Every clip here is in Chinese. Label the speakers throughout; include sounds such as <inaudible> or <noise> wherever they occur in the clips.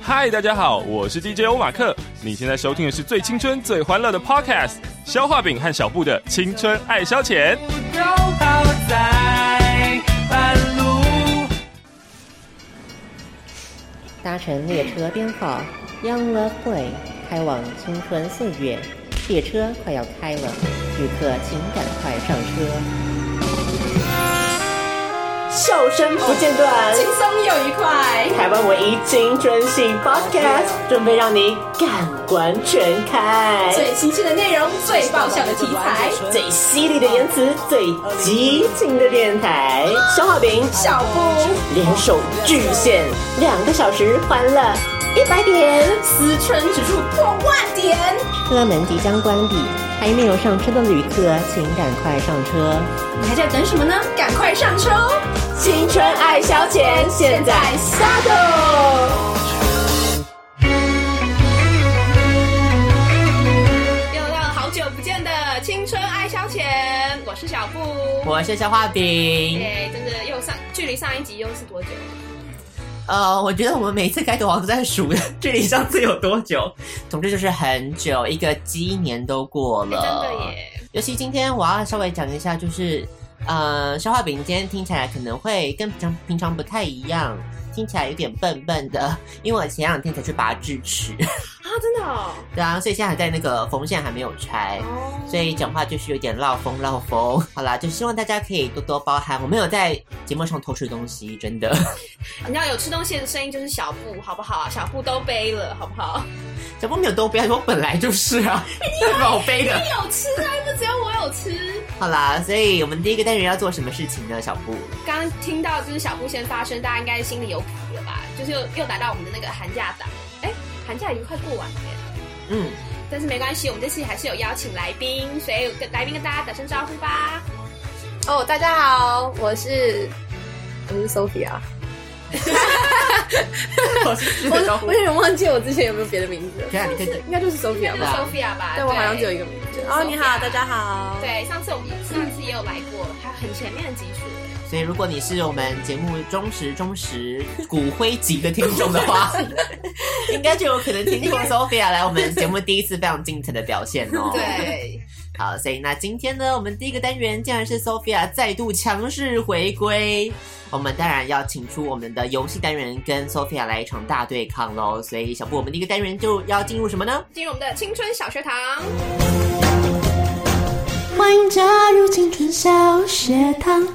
Speaker 1: 嗨，大家好，我是 DJ 欧马克，你现在收听的是最青春、最欢乐的 Podcast《消化饼和小布的青春爱消遣》。
Speaker 2: 跑在半路。
Speaker 3: 搭乘列车编号 Young Love Way 开往青春岁月，列车快要开了，旅客请赶快上车。
Speaker 4: 笑声不间断，
Speaker 5: 轻松又愉快。
Speaker 4: 台湾唯一青春系 Podcast，准备让你感官全开。
Speaker 5: 最新鲜的内容，最爆笑的题材，
Speaker 4: 最犀利的言辞，最激情的电台，小好饼
Speaker 5: 小布
Speaker 4: 联手巨献，两个小时欢乐一百点。
Speaker 5: 思春指数破万点，
Speaker 3: 车门即将关闭，还没有上车的旅客请赶快上车。
Speaker 5: 你还在等什么呢？赶快上车哦！
Speaker 4: 青春爱消遣，现在
Speaker 5: 下豆。又到了好久不见的青春爱消遣，我是小布。
Speaker 6: 我是消化饼。
Speaker 5: 哎，真的又上距离上一集又是多久？
Speaker 6: 呃，我觉得我们每次开头好像都在数距离上次有多久，总之就是很久，一个鸡年都过
Speaker 5: 哎，
Speaker 6: 了。
Speaker 5: 真的！耶！
Speaker 6: 尤其今天我要稍微讲一下，就是呃，消化饼今天听起来可能会跟平常平常不太一样，听起来有点笨笨的， <laughs> 因为我前两天才去拔智齿， <laughs>
Speaker 5: 啊，真的哦。
Speaker 6: 对啊，所以现在还在那个缝线还没有拆。
Speaker 5: 哦
Speaker 6: 所以讲话就是有点绕风绕风。 <laughs> 好啦，就希望大家可以多多包涵，我没有在节目上偷吃东西，真的。 <laughs>
Speaker 5: 你知道有吃东西的声音就是小布，好不好啊？小布都背了，好不好？
Speaker 6: 小波没有都不要，我本来就是啊，太宝贝的。
Speaker 5: 有吃啊，就只有我有吃。
Speaker 6: 好啦，所以我们第一个单元要做什么事情呢？小布，
Speaker 5: 刚刚听到就是小布先发生，大家应该心里有谱了吧？就是又又来到我们的那个寒假档，哎，寒假已经快过完了耶。
Speaker 6: 嗯，
Speaker 5: 但是没关系，我们这次还是有邀请来宾，所以跟来宾跟大家打声招呼吧。
Speaker 7: 哦，大家好，我是我是 Sophia，
Speaker 6: 我是
Speaker 7: 我我有点忘记我之前有没有别的名字了，
Speaker 6: 对啊你可以
Speaker 7: 应该就是 Sophia
Speaker 5: 那就
Speaker 6: 吧
Speaker 5: Sophia 吧，
Speaker 7: 但我好像只有一
Speaker 5: 个。
Speaker 7: 个名字。
Speaker 5: 哦你好大家
Speaker 7: 好，
Speaker 5: 对，上次我们上次也有来过，还很前面的集数。
Speaker 6: 所以如果你是我们节目忠实忠实骨灰级的听众的话，应该就有可能听过 Sophia 来我们节目第一次非常精彩的表现哦。，
Speaker 5: <laughs> 对，
Speaker 6: 好，所以那今天呢，我们第一个单元竟然是 Sophia 再度强势回归，我们当然要请出我们的游戏单元跟 Sophia 来一场大对抗喽。所以小布，我们第一个单元就要进入什么呢？
Speaker 5: 进入我们的青春小学堂。
Speaker 8: 欢迎加入青春小学堂，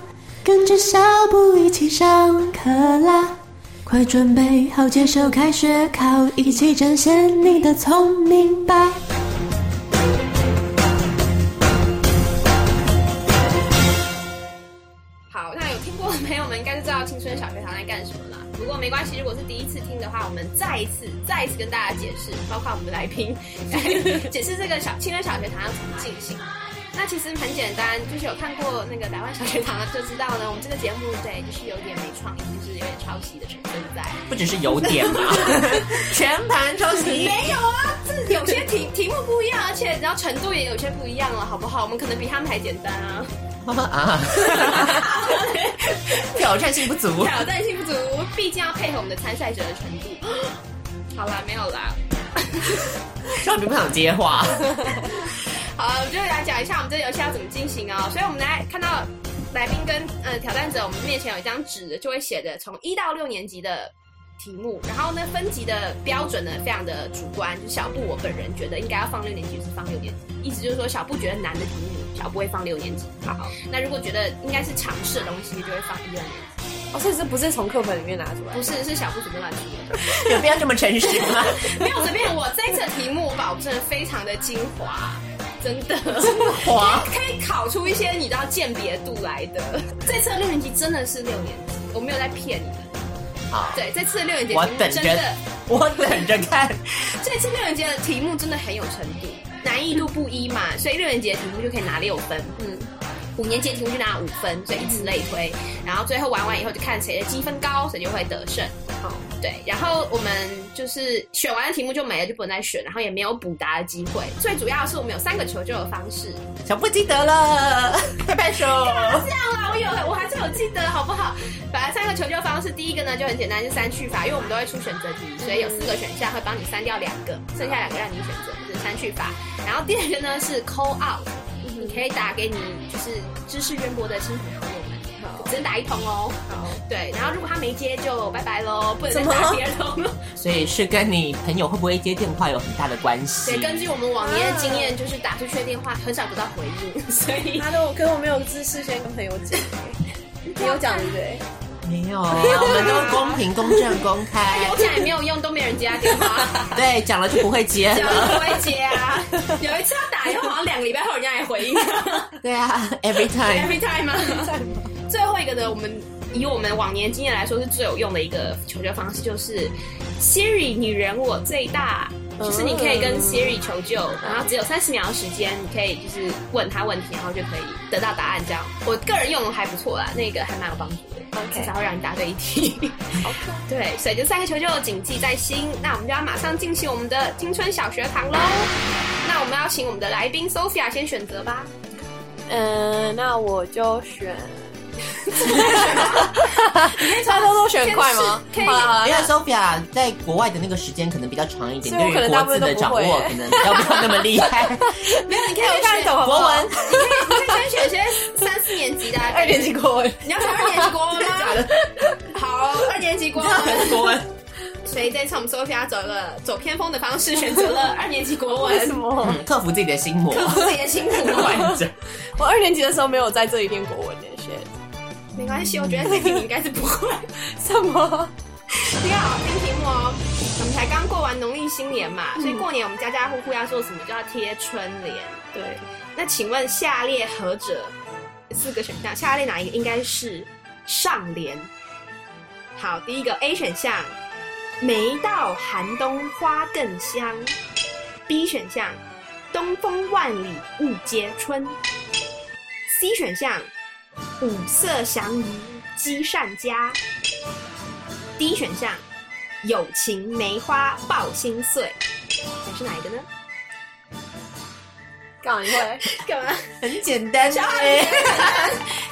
Speaker 8: 跟着小布一起上课啦！快准备好接受开学考，一起展现你的聪明吧！
Speaker 5: 好，那有听过的朋友们应该就知道青春小学堂在干什么了。不过没关系，如果是第一次听的话，我们再一次、再一次跟大家解释，包括我们的来宾， <laughs> 解释这个小青春小学堂要怎么进行。那其实很简单，就是有看过那个百万小学堂就知道呢，我们这个节目对，就是有点没创意，就是有点抄袭的成分在。
Speaker 6: 不只是有点啊嘛， <laughs> 全盘抄袭。
Speaker 5: 没有啊，这有些 <laughs> 题题目不一样，而且然后程度也有些不一样了，好不好？我们可能比他们还简单 <laughs> 啊。
Speaker 6: <laughs> 啊，挑战性不足。
Speaker 5: 挑战性不足，毕竟要配合我们的参赛者的程度。 <gasps> 好啦，没有啦。
Speaker 6: 小布不想接话。
Speaker 5: 好了，我们就来讲一下我们这个游戏要怎么进行哦。所以我们来看到来宾跟呃挑战者，我们面前有一张纸，就会写着从一到六年级的题目，然后呢分级的标准呢非常的主观，就小布我本人觉得应该要放六年级就是放六年级，意思就是说小布觉得难的题目，小布会放六年级。好，那如果觉得应该是常识的东西，就会放一二年级。
Speaker 7: 哦，所以这不是从课本里面拿出来
Speaker 5: 不，是，是小布随便乱出的。
Speaker 6: 有必要这么诚实 <laughs> 吗？
Speaker 5: 没有随便，我这一次的题目我保证非常的精华，真的。
Speaker 6: 哇，
Speaker 5: <laughs> 可以考出一些你知道鉴别度来的。这次的六年级真的是六年级，我没有在骗你们。
Speaker 6: 好，
Speaker 5: 对，这次的六年级
Speaker 6: 我
Speaker 5: 题目
Speaker 6: 等
Speaker 5: 真
Speaker 6: 着
Speaker 5: 的，，
Speaker 6: 我等着看。
Speaker 5: 这次六年级的题目真的很有程度，难易度不一嘛，所以六年级的题目就可以拿六分。嗯。五年级的题目就拿五分，所以以此类推。然后最后玩完以后，就看谁的积分高，谁就会得胜。对，然后我们就是选完的题目就没了，就不能再选，然后也没有补答的机会。最主要的是我们有三个求救的方式。
Speaker 6: 小布记得了，拍拍手。
Speaker 5: 好啊啦，我有，我还是有记得，好不好？反正三个求救方式，第一个呢就很简单，是删去法，因为我们都会出选择题，所以有四个选项会帮你删掉两个，剩下两个让你选择，就是删去法。然后第二个呢是 call out，你可以打给你就是知识渊博的亲朋好友们，只能打一通哦。对，然后如果他没接就拜拜喽，不能再打第二通了。
Speaker 6: 所以是跟你朋友会不会接电话有很大的关系。
Speaker 5: 对，根据我们往年的经验，就是打出去的电话很少得到回应，所 <laughs> 以
Speaker 7: 妈的，我可是我没有知事先跟朋友 <laughs> 讲，你有讲对不对？
Speaker 6: 没有，啊 <laughs> 我们都公平、公正、公 <laughs> 开
Speaker 5: 有。讲也没有用，都没人接他电话。
Speaker 6: 对，讲了就不会接
Speaker 5: 讲
Speaker 6: 了。
Speaker 5: 了不会接啊。 <laughs> 有一次他打电话，好像两个礼拜后人家也回应
Speaker 6: 对啊，every time。
Speaker 5: ，every time 啊。最后一个呢，我们以我们往年经验来说是最有用的一个求救方式，就是 Siri，你人我最大。就是
Speaker 7: 嗯
Speaker 5: 你可以跟 Siri 求救，然后只有三十秒的时间，你可以就是问他问题，然后就可以得到答案。这样，我个人用还不错啦，那个还蛮有帮助的
Speaker 7: OK
Speaker 5: 至少会让你答对一题。 <laughs> 对，所以这三个球就谨记在心。那我们就要马上进行我们的青春小学堂喽。那我们要请我们的来宾 Sophia 先选择吧。
Speaker 7: 嗯，那我就 <laughs> 选。他都都选快吗？
Speaker 5: 可以
Speaker 7: 好啦好啦
Speaker 6: 因为 Sophia 在国外的那个时间可能比较长一点，
Speaker 7: 所以
Speaker 6: 对
Speaker 7: 我可
Speaker 6: 于
Speaker 7: 能
Speaker 6: 国
Speaker 7: 大部
Speaker 6: 字
Speaker 7: 分都
Speaker 6: 的
Speaker 7: 不
Speaker 6: 掌
Speaker 7: 会
Speaker 6: 握可能要不要那么厉害。
Speaker 5: 没有，你可以
Speaker 7: 那我看
Speaker 5: 选
Speaker 7: 懂好不好
Speaker 6: 国文，
Speaker 5: 你可以先选些三四年级的、
Speaker 7: <laughs> 二年级，国文，
Speaker 5: 你要选二年级国
Speaker 7: <laughs>
Speaker 5: 文吗？假的。 <laughs> 好，二年级国文。
Speaker 6: 国文
Speaker 5: 所以这次我们 Sophia 走了走偏锋的方式，选择了二年级国文。
Speaker 7: 么？
Speaker 6: 嗯克服自己的心
Speaker 5: <laughs>
Speaker 6: 魔。
Speaker 5: 特别辛苦
Speaker 7: <laughs>
Speaker 5: 哦，
Speaker 7: 我二年级的时候没有在这里念国文呢，学
Speaker 5: 没关系，我觉得这题你应该是不会。
Speaker 7: 什么？
Speaker 5: 不要听题目哦。我们才刚过完农历新年嘛，所以过年我们家家户户要做什么，就要贴春联。
Speaker 7: 对，
Speaker 5: 那请问下列何者？四个选项，下列哪一个应该是上联？好，第一个 A 选项，梅到寒冬花更香；B 选项，东风万里雾接春；C 选项，五色祥鱼积善家；D 选项，友情梅花抱心碎。你是哪一个呢？
Speaker 7: 干嘛你会？
Speaker 5: 干嘛？
Speaker 6: 很简单
Speaker 5: 消化饼，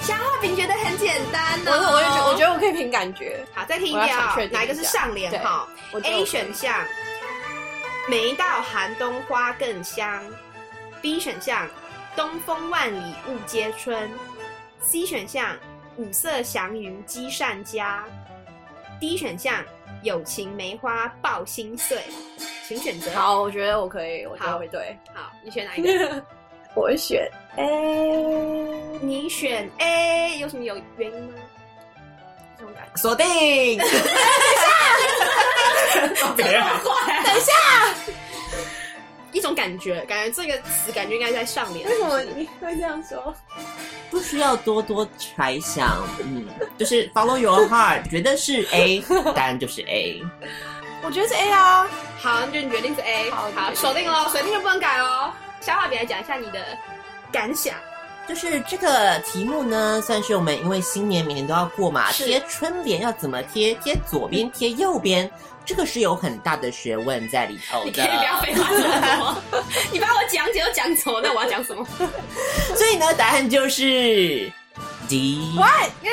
Speaker 5: 消化饼觉得很简单呢、
Speaker 7: 我我也觉我觉得我可以凭感觉，
Speaker 5: 好，再听一
Speaker 7: 我
Speaker 5: 遍
Speaker 7: 要想
Speaker 5: 啊、
Speaker 7: 确定一下
Speaker 5: 哪一个是上联
Speaker 7: 对
Speaker 5: 哈
Speaker 7: 我觉得
Speaker 5: ？A 选项，梅到寒冬花更香；B 选项，东风万里雾接春；C 选项，五色祥云积善家；D 选项，友情梅花抱心碎。请选择。，
Speaker 7: 好，我觉得我可以，我觉得我会对。
Speaker 5: 好，你选哪一个？
Speaker 7: <laughs> 我会选 A，
Speaker 5: 你选 A，有什么有原因吗？这种感觉。
Speaker 6: 锁定。别
Speaker 5: 等一下，一种感觉，感觉这个词感觉应该在上面。啊
Speaker 7: 为什么你会这样说？
Speaker 6: 不需要多多揣想，嗯，就是 follow your heart，觉得是 A，答案就是 A。
Speaker 7: 我觉得是 A 啊，
Speaker 5: 好，那就你决定是 A，
Speaker 7: 好
Speaker 5: 好，
Speaker 7: 决定
Speaker 5: 锁定喽，锁定就不能改哦。小画饼来讲一下你的感
Speaker 7: <laughs>
Speaker 5: 想，
Speaker 6: 就是这个题目呢，算是我们因为新年每年都要过嘛，
Speaker 5: 是
Speaker 6: 贴春联要怎么贴？贴左边，贴右边，这个是有很大的学问在里头
Speaker 5: 你可
Speaker 7: 啊
Speaker 5: 以不要
Speaker 6: 的。
Speaker 5: 废话这么 <laughs> 多，你把我讲解都讲走，那我要讲什么？
Speaker 6: 所以呢，答案就是 D。
Speaker 5: 耶！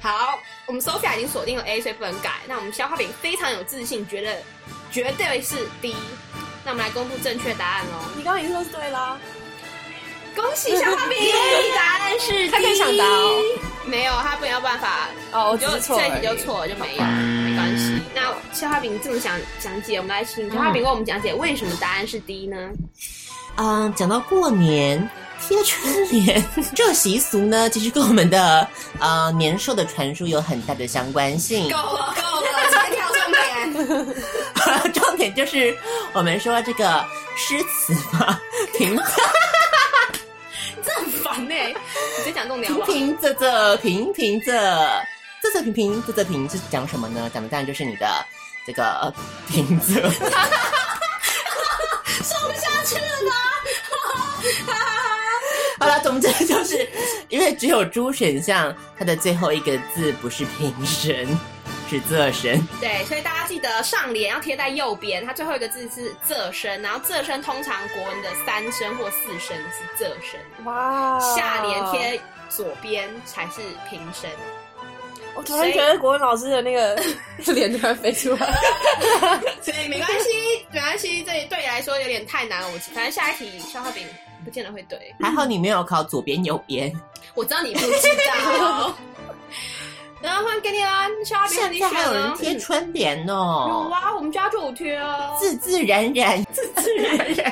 Speaker 5: 好，我们 Sophia 已经锁定了 A，所以不能改。那我们消化饼非常有自信，觉得绝对是 D。那我们来公布正确答案哦喽！
Speaker 7: 你刚刚已经说是对啊啦。
Speaker 5: 恭喜小画饼，答案是 D。
Speaker 7: 他可以抢答哦
Speaker 5: 没有，他没有办法，
Speaker 7: 哦，我
Speaker 5: 就这一题就错了，就没有，没关系。那肖化饼这么想讲解，我们来请肖化饼为我们讲解为什么答案是 D 呢？
Speaker 6: 嗯，讲到过年贴春联 <laughs> 这个习俗呢，其实跟我们的呃年兽的传说有很大的相关性。
Speaker 5: 了，够了，直接跳重点。
Speaker 6: <laughs> 重点就是我们说这个诗词嘛， <laughs> 平
Speaker 5: 这 <laughs> 很烦呢、你直接讲重点好
Speaker 6: 平
Speaker 5: 不 <laughs> 好？
Speaker 6: 平仄仄平平仄，仄仄平平仄仄平是讲什么呢？讲的当然就是你的这个呃平仄。
Speaker 5: <laughs> 说不下去了吗？
Speaker 6: <laughs> 好了，总之就是因为只有猪选项，它的最后一个字不是平声，是仄声。
Speaker 5: 对，所以大家记得上联要贴在右边，它最后一个字是仄声，然后仄声通常国文的三声或四声是仄声，
Speaker 7: 哇，
Speaker 5: 下联贴左边才是平声。
Speaker 7: 我突然觉得国文老师的那个 <laughs> 脸突然飞出来。
Speaker 5: 所以没关系，没关系，这对你来说有点太难了。我反正下一题消化饼不见得会对，
Speaker 6: 还好你没有考左边右边，
Speaker 5: 我知道你不知道。然后换给你啦，消化饼换
Speaker 6: 现
Speaker 5: 你
Speaker 6: 在
Speaker 5: 选
Speaker 6: 还有人
Speaker 5: 了。
Speaker 6: 贴春联
Speaker 5: 有
Speaker 6: 哦，
Speaker 5: 嗯啊，我们家就有贴哦。
Speaker 6: 自自然 <laughs> 然，自自然然。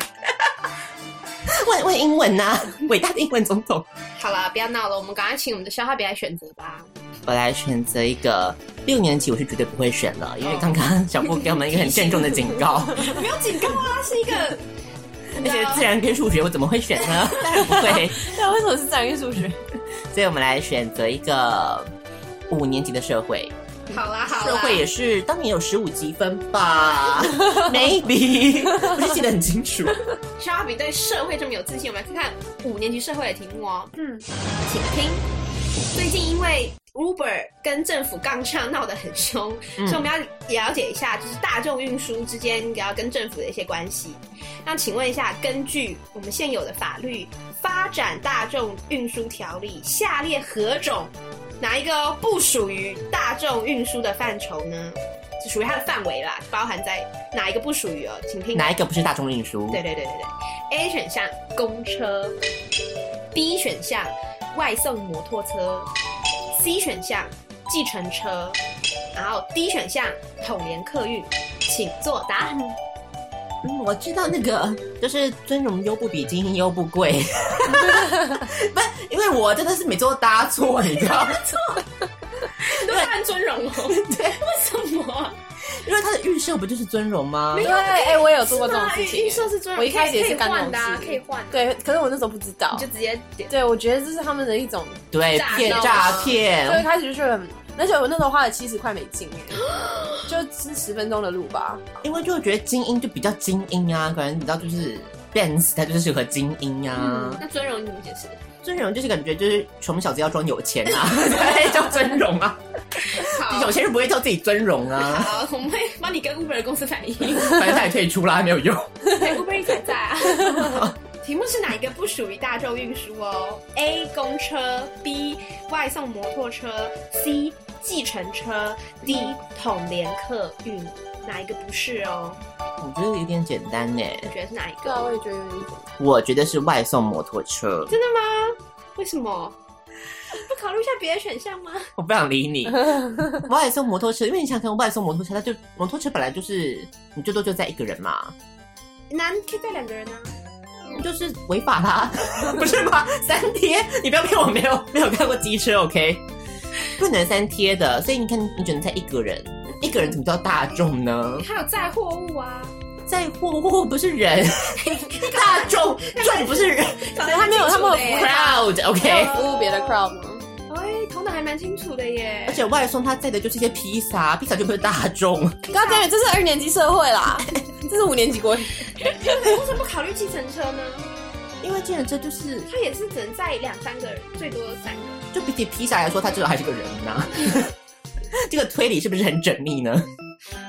Speaker 6: 问问英文 <laughs> 呐、伟大的英文总统，
Speaker 5: 好了，不要闹了，我们赶快请我们的消化饼来选择吧。
Speaker 6: 我来选择一个六年级，我是绝对不会选了，因为刚刚小布给我们一个很郑重的警告，
Speaker 5: 没有警告啊，它是一 <laughs> 个。
Speaker 6: <laughs> 而且自然跟数学我怎么会选呢？ <laughs> 当然不会。
Speaker 7: <laughs> 那为什么是自然跟数学？
Speaker 6: 所以我们来选择一个五年级的社会，
Speaker 5: 好啦好啦，
Speaker 6: 社会也是当年有十五积分 <laughs> 吧，maybe，我是记得很清 <laughs> 楚。
Speaker 5: 肖亚比对社会这么有自信，我们来看看五年级社会的题目哦。嗯，请听。最近因为 Uber 跟政府杠上闹得很凶，所以我们要了解一下，就是大众运输之间也要跟政府的一些关系。那请问一下，根据我们现有的法律《发展大众运输条例》，下列何种哪一个不属于大众运输的范畴呢？就属于它的范围啦，包含在哪一个不属于哦？请听。
Speaker 6: 哪一个不是大众运输？
Speaker 5: 对对对对对，A 选项公车，B 选项外送摩托车，C 选项计程车，然后 D 选项统联客运，请作答。
Speaker 6: 嗯，我知道那个 <laughs> 就是尊荣优不比，精英优不 <laughs> 贵。不是，因为我真的是每周搭错，你知道吗？
Speaker 5: 你都按尊荣哦，对，为什么？
Speaker 6: 因为他的预设不就是尊荣吗？
Speaker 7: <laughs> 对，哎，我也有做过这种事
Speaker 5: 预
Speaker 7: 情。
Speaker 5: 设是尊荣，
Speaker 7: 我一开始也是
Speaker 5: 可以
Speaker 7: 干
Speaker 5: 可以
Speaker 7: 这
Speaker 5: 换
Speaker 7: 种
Speaker 5: 的啊，
Speaker 7: 事
Speaker 5: 可以换的，
Speaker 7: 对，可是我那时候不知道
Speaker 5: 你就。直接点。
Speaker 7: 对，我觉得这是他们的一种，
Speaker 6: 对，
Speaker 5: 诈
Speaker 6: 骗
Speaker 5: 骗
Speaker 6: 诈
Speaker 7: 就一
Speaker 6: 骗。
Speaker 7: 开始就是很，而且我那时候花了七十块美金， <gasps> 哎就是十分钟的路吧。
Speaker 6: 因为就觉得精英就比较精英啊，可能你知道就是 Benz，他就是适合精英啊。
Speaker 5: 那尊荣你怎么解释？
Speaker 6: 尊荣就是感觉就是穷小子要装有钱啊， <laughs> 对，叫尊荣 <laughs> 啊。
Speaker 5: 好
Speaker 6: 有，些人不会叫自己尊荣啊， <laughs>
Speaker 5: 好，我们会帮你跟 Uber 的公司反映。
Speaker 6: 反正他也退出啦，没有用。
Speaker 5: 对，Uber Eats 还在啊。 <laughs> 题目是哪一个不属于大众运输哦？A 公车，B 外送摩托车，C 计程车，D 统联客运，哪一个不是哦？
Speaker 6: 我觉得有点简单呢，
Speaker 5: 你觉得是哪一
Speaker 7: 对啊，
Speaker 5: 个？
Speaker 7: 我也觉得有点。
Speaker 6: 我觉得是外送摩托车。
Speaker 5: 真的吗？为什么？不考虑一下别的选项吗？
Speaker 6: 我不想理你。外送摩托车，因为你想想看，外送摩托车，它就摩托车本来就是你最多就载一个人嘛，
Speaker 5: 难可以带两个人啊。
Speaker 6: 就是违法啦，不是吗？三贴，你不要骗我，没有 <laughs> 没有看过机车，OK？不能三贴的，所以你看，你只能载一个人，一个人怎么叫大众呢？
Speaker 5: 还有载货物啊，
Speaker 6: 载货货不是人， <laughs> 大众众不是人
Speaker 5: 对
Speaker 7: 他没有他没有服务
Speaker 6: ，crowd，OK？
Speaker 7: 有服务别的 crowd 吗？
Speaker 5: 哎，头脑还蛮清楚的耶
Speaker 6: 而。且外送它载的就是一些披萨，披萨就不是大众。
Speaker 7: 刚刚这是二年级社会啦，这是五年级国语。
Speaker 5: 为什么不考虑计程车呢？
Speaker 6: 因为计程车就是，
Speaker 5: 它也是只能载两三个人，最多三个。
Speaker 6: 就比起披萨来说，它至少还是个人呐、 <laughs> 这个推理是不是很缜密呢？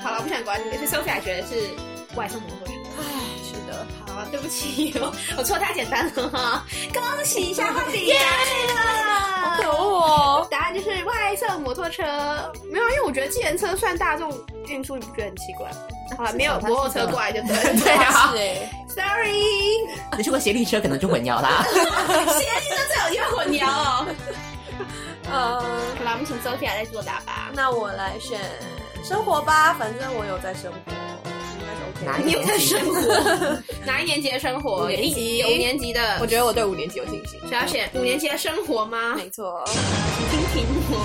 Speaker 5: 好了，不想管你了。所以 Sophia 啊觉得是外送摩托车。
Speaker 7: 唉，是的，
Speaker 5: 好啊，对不起， <laughs> 我我错太简单了哈。恭喜小花饼答对
Speaker 7: 可
Speaker 5: 了，
Speaker 7: 恶 <laughs> 哦！
Speaker 5: 答案就是外送摩托车。没有，因为我觉得计程车算大众运输，你不觉得很奇怪吗？好了，没有摩托车过来就对
Speaker 7: <laughs>
Speaker 5: 了。
Speaker 6: 对啊
Speaker 7: 是，哎，
Speaker 5: Sorry， <laughs>
Speaker 6: 你去过协力车可能就混淆啦。
Speaker 5: 邪力车最好就混淆哦。
Speaker 7: 嗯，
Speaker 5: 好了，我们请 Sophia 再作答吧。
Speaker 7: 那我来选生活吧，反正我有在生活，应该是 OK 的。
Speaker 6: 哪一
Speaker 5: 你有在生活？ <laughs> 哪一年级的生活？
Speaker 7: 五年级
Speaker 5: 有五年级的。
Speaker 7: 我觉得我对五年级有信心。
Speaker 5: 得要选五年级的生活吗？
Speaker 7: 没 <laughs> 错，
Speaker 5: 听题目，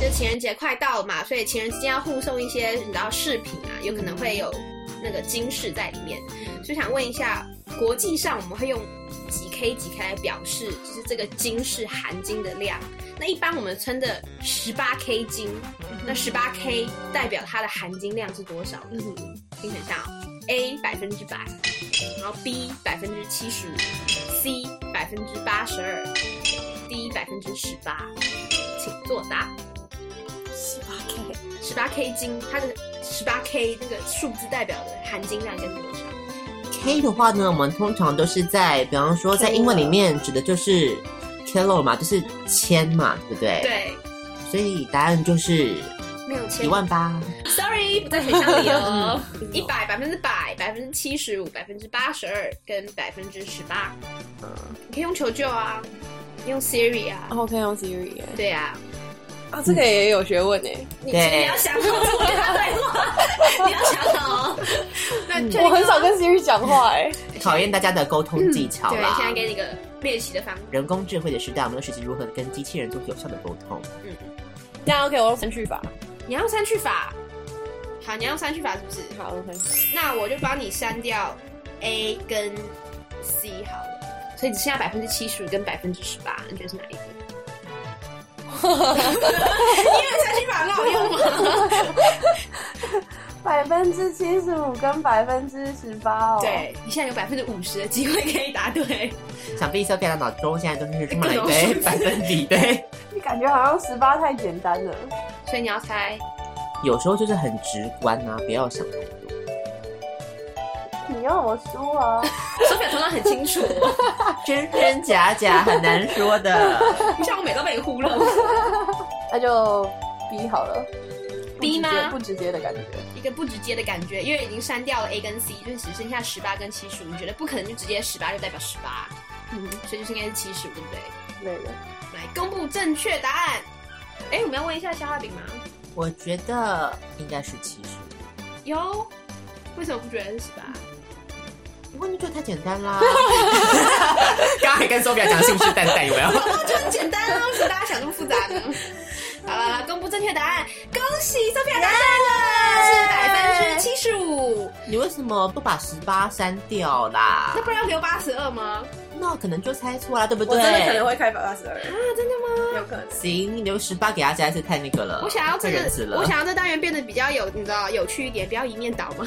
Speaker 5: 就情人节快到了嘛，所以情人之间要互送一些你知道饰品啊，有可能会有那个金饰在里面，就想问一下，国际上我们会用几 K 几 K 来表示，就是这个金饰含金的量。那一般我们称的十八 K 金，那十八 K 代表它的含金量是多少呢？听选项哦：A 百分之百，然后 B 百分之七十五，C 百分之八十二，D 百分之十八。请作答。
Speaker 7: 十八 K，
Speaker 5: 十八 K 金，它的十八 K 那个数字代表的含金量该是多少？
Speaker 6: K 的话呢，我们通常都是在，比方说在英文里面指的就是 kilo 嘛，就是千嘛，对不对？。
Speaker 5: 对，
Speaker 6: 所以答案就是
Speaker 5: 没有钱
Speaker 6: 一。万八。
Speaker 5: Sorry，不在选项里
Speaker 6: <laughs>
Speaker 5: 哦。一百、百分之百、百分之七十五、百分之八十二跟百分之十八。
Speaker 6: 嗯
Speaker 5: 你可以用求救啊，用 Siri 啊，
Speaker 9: 然后可以用 Siri
Speaker 7: 欸
Speaker 9: 耶
Speaker 5: 对啊。
Speaker 9: 啊，这个也有学问哎，
Speaker 5: 你
Speaker 6: 对
Speaker 5: 你要想好怎么跟他对话，你要想好哦。那确定
Speaker 9: 我很
Speaker 5: 吗
Speaker 9: 少跟 Siri 讲话哎，
Speaker 7: 欸
Speaker 6: 考验大家的沟通技巧
Speaker 5: 嗯对，
Speaker 6: 啦。
Speaker 5: 现在给你个练习的方法。
Speaker 6: 人工智慧的时代，我们要学习如何跟机器人做有效的沟通。
Speaker 9: 这样 OK，我用三句法，
Speaker 5: 你要用删去法，好，你要用删去法是不是？
Speaker 9: 好，我用三句法，
Speaker 5: 那我就帮你删掉 A 跟 C 好了，所以只剩下百分之七十五跟百分之十八，你觉得是哪一个？ <laughs> 因为删去法很好用吗？
Speaker 9: 百分之七十五跟百分之十八哦，
Speaker 5: <laughs> 对，你现在有百分之五十的机会可以答对。
Speaker 6: 想必 Sophia 的脑中现在都是充满了一
Speaker 5: <laughs> 各种
Speaker 6: 堆
Speaker 5: 数字
Speaker 6: 百分比，对，
Speaker 9: 你感觉好像十八太简单了，
Speaker 5: 所以你要猜，
Speaker 6: 有时候就是很直观啊，不要想太多。
Speaker 9: 你要我输啊？
Speaker 5: 手表头脑很清楚， <laughs>
Speaker 6: 真真假假很难说的。
Speaker 5: 不像我每都被你糊弄。
Speaker 9: 那就 B 好了不
Speaker 5: B
Speaker 9: 直接
Speaker 5: 吗
Speaker 9: 不直接的感觉，
Speaker 5: 一个不直接的感觉，因为已经删掉了 A 跟 C，就是只剩下十八跟七十五，你觉得不可能就直接十八就代表十八，
Speaker 9: 嗯
Speaker 5: 所以就是应该是七十五，对不对？
Speaker 9: 之类的。
Speaker 5: 来公布正确答案。哎，我们要问一下消化饼吗？
Speaker 6: 我觉得应该是七十，
Speaker 5: 有，为什么不觉得是十八？
Speaker 6: 不过你就太简单啦。 <laughs> 刚刚还跟 Sophia 讲信誓旦旦，有没有？
Speaker 5: <laughs> 哦，就很简单啊，为什么大家想那么复杂呢？ <laughs> 好了，来公布正确答案，恭喜 Sophia 答对了，是百分之七十五。
Speaker 6: <laughs> 你为什么不把十八删掉啦
Speaker 5: 那？不然要留八十二吗？
Speaker 6: 那可能就猜错啦，对不对？
Speaker 9: 我真的可能会开百八十二啊？
Speaker 5: 真
Speaker 9: 的吗？有可能。
Speaker 6: 行，你留十八给他加一次太那个了，
Speaker 5: 我想要这
Speaker 6: 太仁慈
Speaker 5: 个，
Speaker 6: 了。
Speaker 5: 我想要这单元变得比较有，你知道有趣一点，不要一面倒嘛。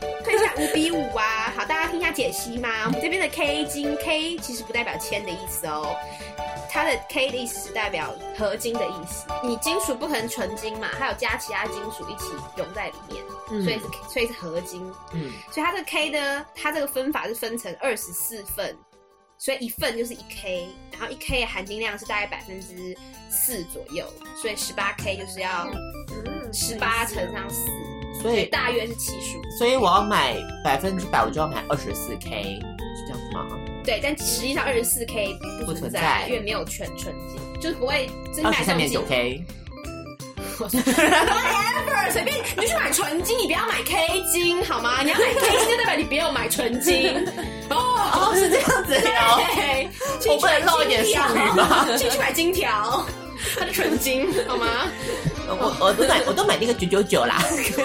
Speaker 5: <laughs> 看一下五比五啊，好，大家听一下解析嘛。我们这边的 K 金 K 其实不代表铅的意思哦，它的 K 的意思是代表合金的意思。你金属不可能纯金嘛，它有加其他金属一起融在里面，所以是所以是合金。
Speaker 6: 嗯，
Speaker 5: 所以它这个 K 呢，它这个分法是分成二十四份，所以一份就是一 K，然后一 K 的含金量是大概百分之四左右，所以十八 K 就是要十八乘上四，
Speaker 6: 所以
Speaker 5: 大约是七十五。
Speaker 6: 所以我要买百分之百，我就要买二十四 K，是这样子吗？
Speaker 5: 对，但实际上二十四 K 不
Speaker 6: 不
Speaker 5: 存
Speaker 6: 存
Speaker 5: 在，
Speaker 6: 在
Speaker 5: 因为没有全纯金，就是不会真
Speaker 6: 二
Speaker 5: 买
Speaker 6: 十
Speaker 5: 这种
Speaker 6: 三点九
Speaker 5: 金。
Speaker 6: K，
Speaker 5: Whatever，随便你就去买纯金，你不要买 K 金好吗？你要买 K 金就代表你不要买纯金。哦，是这样。
Speaker 6: 这样子哦。
Speaker 5: 对，
Speaker 6: 我不能露一点剩余吗
Speaker 5: 进去买金条，它是纯金，好吗？
Speaker 6: 我我都买我都买那个九九九啦，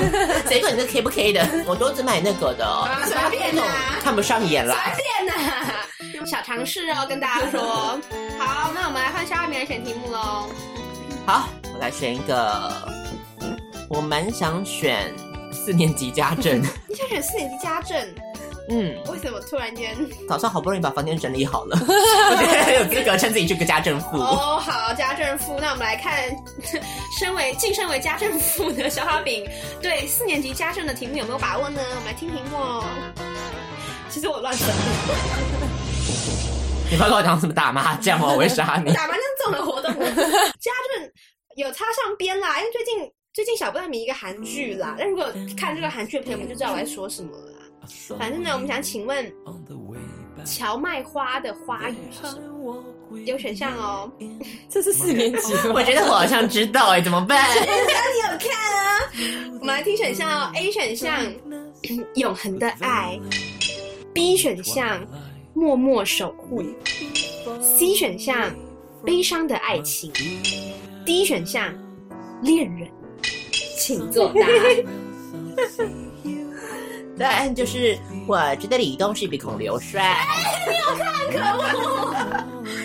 Speaker 5: <laughs>
Speaker 6: 谁管你这 K 不 K 的？我都只买那个的哦，
Speaker 5: 啊随
Speaker 6: 18
Speaker 5: 便
Speaker 6: 那种
Speaker 5: 啦
Speaker 6: 看不上 <laughs> 眼啦。
Speaker 5: 天哪，小尝试哦，跟大家说。好，那我们来换下面来选题目喽。
Speaker 6: 好，我来选一个，我蛮想选四年级家政。
Speaker 5: 你想选四年级家政，
Speaker 6: 嗯，
Speaker 5: 为什么突然间？
Speaker 6: 早上好不容易把房间整理好 <laughs> 了，我觉得很有资格称自己是个家政妇。
Speaker 5: 哦，好，家政妇。那我们来看，身为晋升为家政妇的小花饼，对四年级家政的题目有没有把握呢？我们来听题目哦。其实我乱选的。
Speaker 6: 你不要跟我讲什么打麻将哦，我会杀你。
Speaker 5: 打麻将这种的活动，家政有插上边啦，因为最近最近小布在迷一个韩剧啦，但如果看这个韩剧的朋友们就知道我在说什么了啦。反正呢，我们想请问荞麦花的花语是什么？有选项哦，
Speaker 9: 这是四年级吗？
Speaker 6: 我觉得我好像知道哎、怎么 <laughs> 办？
Speaker 5: 你有看啊？我们来听选项哦，A 选项 <clears throat> 永恒的爱，B 选项默默守护，C 选项悲伤的爱情，D 选项恋人，请作答。
Speaker 6: 答案就是我觉得李东是比孔刘帅。
Speaker 5: <laughs>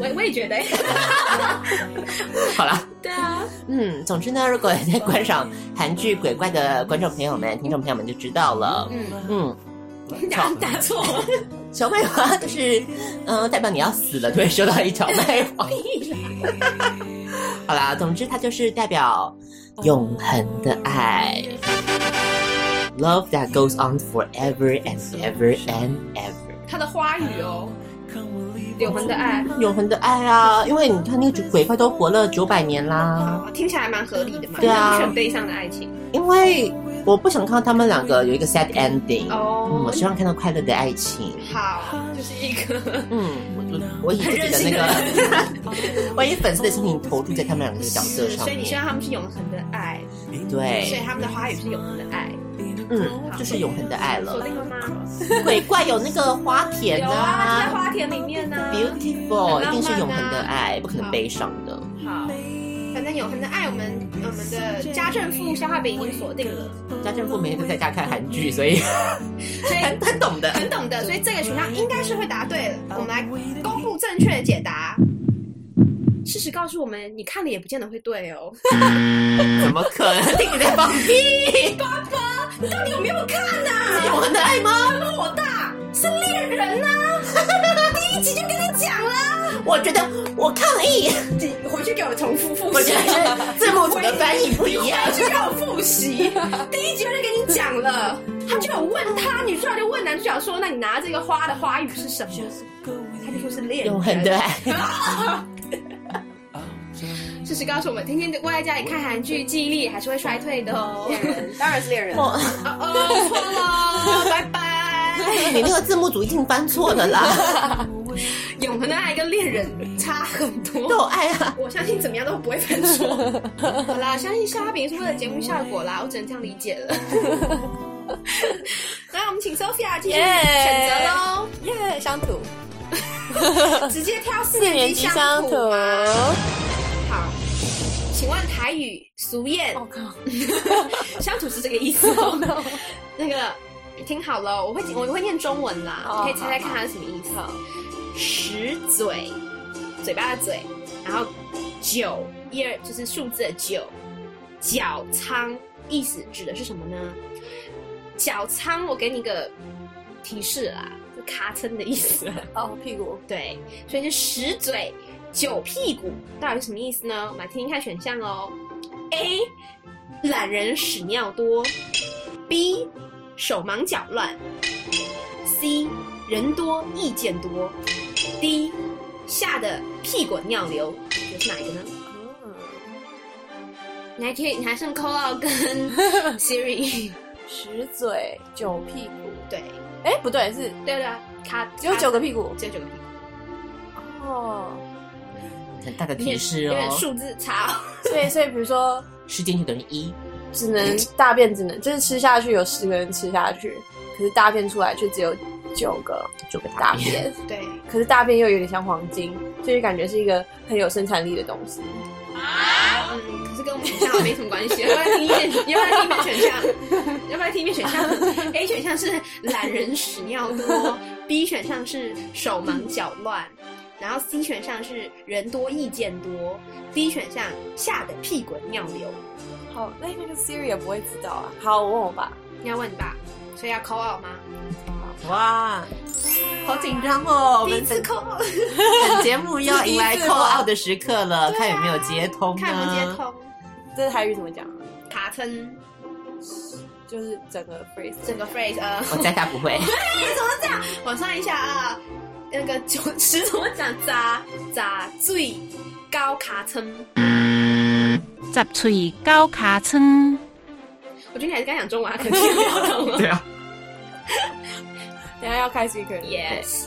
Speaker 5: 我我也觉得，
Speaker 6: 好啦，
Speaker 5: <laughs> 对啊，
Speaker 6: 嗯，总之呢，如果在观赏韩剧鬼怪的观众朋友们、听众朋友们就知道了。
Speaker 5: 嗯，
Speaker 6: 嗯，
Speaker 5: 答答错了，
Speaker 6: 小麦花呃就是，嗯、代表你要死了，就会收到一条麦花。好啦，总之它就是代表永恒的爱，love that goes on forever and ever and ever，
Speaker 5: 它的花语哦，永恒的爱，
Speaker 6: 永恒的爱啊！因为你 <laughs> 看那个鬼怪都活了九百年啦，
Speaker 5: 啊，听起来蛮合理的嘛，
Speaker 6: 对啊
Speaker 5: 就是很悲伤的爱情
Speaker 6: 因为我不想看到他们两个有一个 sad ending，、嗯，
Speaker 5: 哦
Speaker 6: 我。希望看到快乐的爱情。
Speaker 5: 嗯好，就是一个
Speaker 6: 嗯，我我以自己的那 <laughs> 个，我以粉丝的心情投注在他们两个的角色上
Speaker 5: 所以你希
Speaker 6: 面，
Speaker 5: 望他们是永恒的爱，所以
Speaker 6: 对，
Speaker 5: 他们的花语是永恒的爱，
Speaker 6: 嗯，就是永恒的爱
Speaker 5: 锁
Speaker 6: 了。
Speaker 5: 定了吗？
Speaker 6: 鬼怪有那个花田
Speaker 5: 有啊，它在
Speaker 6: 啊
Speaker 5: 花田里面呢、
Speaker 6: ，beautiful，
Speaker 5: 很浪漫
Speaker 6: 一
Speaker 5: 啊
Speaker 6: 定是永恒的爱，不可能悲伤的。
Speaker 5: 好，反正永恒的爱，我们我们的家政妇消化饼已经锁定了，
Speaker 6: 家政妇每天都在家看韩剧，所
Speaker 5: <laughs>
Speaker 6: 以
Speaker 5: 所
Speaker 6: <laughs>
Speaker 5: 以
Speaker 6: 很很懂的。
Speaker 5: 很懂的，所以这个选项应该是会答对了。我们来公布正确的解答。事实告诉我们，你看了也不见得会对哦。
Speaker 6: 怎么可能？听你在放屁！
Speaker 5: 瓜哥，你到底有没有看啊呐、
Speaker 6: 永恒的爱吗？
Speaker 5: 火大是恋人呐、 <laughs> 第一集就跟你讲啦，
Speaker 6: 我觉得我抗议，
Speaker 5: 你回去给我重复复
Speaker 6: 我
Speaker 5: 习
Speaker 6: 觉。
Speaker 5: <laughs>
Speaker 6: 得字幕组的翻译不一样。
Speaker 5: 就要复习，第一集我就跟你讲了，他就有问他，女主角就问男主角说：“那你拿这个花的花语是什么？”他就说是恋人。
Speaker 6: 永恒的爱，
Speaker 5: <laughs> 事实告诉我们，天天窝在家里看韩剧，记忆力还是会衰退的
Speaker 6: <laughs>
Speaker 5: 哦。
Speaker 7: 当然是恋人。
Speaker 6: 啊
Speaker 5: <laughs> 哦哦，错了，拜拜。
Speaker 6: 你那个字幕组一定翻错的啦。
Speaker 5: 永恒的爱跟恋人差很
Speaker 6: 都有
Speaker 5: 多。
Speaker 6: 爱啊，
Speaker 5: 我相信怎么样都不会分错。好啦，相信虾饼是为了节目效果啦，我只能这样理解了。来，我们请 Sophia 继续选择喽
Speaker 7: 耶、乡土，
Speaker 5: 直接挑四
Speaker 7: 四年
Speaker 5: 年
Speaker 7: 级
Speaker 5: 级
Speaker 7: 乡
Speaker 5: 乡
Speaker 7: 土。
Speaker 5: 土吗？好，请问台语俗谚
Speaker 7: 我、哦
Speaker 5: <laughs>
Speaker 7: 靠，Oh,
Speaker 5: 乡土是这个意
Speaker 7: <laughs>
Speaker 5: 思哦。那个，你听好了，我会我会念中文啦，
Speaker 7: 嗯哦
Speaker 5: 你可以猜猜看它是什么意思。十嘴，嘴巴的嘴，然后九，一二就是数字的九，脚仓意思指的是什么呢？脚仓，我给你个提示啦，是卡称的意思啦。
Speaker 7: 哦，屁股，
Speaker 5: 对，所以是十嘴九屁股，到底是什么意思呢？我们来听听看选项哦。A，懒人屎尿多；B，手忙脚乱；C，人多意见多；D，吓得屁滚尿流，你觉得是哪一个呢？你还可以，你还剩 call out <laughs> 跟 Siri，
Speaker 7: 十嘴九屁股。
Speaker 5: 对
Speaker 7: 哎、不对，是
Speaker 5: 对对，卡
Speaker 7: 只有九个，屁股
Speaker 5: 卡。只有九个屁股，
Speaker 7: 哦，
Speaker 6: 很大的
Speaker 5: 有
Speaker 6: 提
Speaker 5: 点
Speaker 6: 示
Speaker 5: 有点
Speaker 6: 哦。
Speaker 5: 数字差哦。
Speaker 7: 所以所以比如说，
Speaker 6: 十进去等于一，
Speaker 7: 只能大便只能就是吃下去有十个人吃下去，可是大便出来却只有九个
Speaker 6: 九个大
Speaker 7: 大
Speaker 6: 便。
Speaker 7: 便，
Speaker 5: 对，
Speaker 7: 可是大便又有点像黄金，所以感觉是一个很有生产力的东西。
Speaker 5: 嗯，可是跟我们选项没什么关系。 <laughs> 要不要听一遍？要不要听一遍选项？ <laughs> 要不要听一遍选项？A 选项是懒人屎尿多，B 选项是手忙脚乱，然后 C 选项是人多意见多，D 选项吓得屁滚尿流。
Speaker 7: 好，那那个 Siri 也不会知道啊。好，我问我爸。
Speaker 5: 你要问吧，所以要 call out 吗？
Speaker 6: 哇，好紧张哦！我
Speaker 5: 第一
Speaker 6: 们
Speaker 5: 次 call <laughs> out，
Speaker 6: 本节目要
Speaker 5: <laughs>
Speaker 6: 迎来 call out 的时刻了，
Speaker 5: 对啊
Speaker 6: 看有没有接通呢？
Speaker 5: 看有没有接。通。
Speaker 7: 这台语怎么讲啊？
Speaker 5: 卡称
Speaker 7: 就是整个 phrase。
Speaker 5: 整个 phrase，呃，
Speaker 6: 我猜他
Speaker 5: <laughs>
Speaker 6: 不会，
Speaker 5: 我算一下啊，那个 <laughs> 九十怎么讲？咋咋最高卡称？
Speaker 10: 十喙高卡村，
Speaker 5: 我觉得你还是该讲中文啊，可能听不懂了。
Speaker 6: 啊，
Speaker 7: 等一下要开 speaker。
Speaker 5: Yes，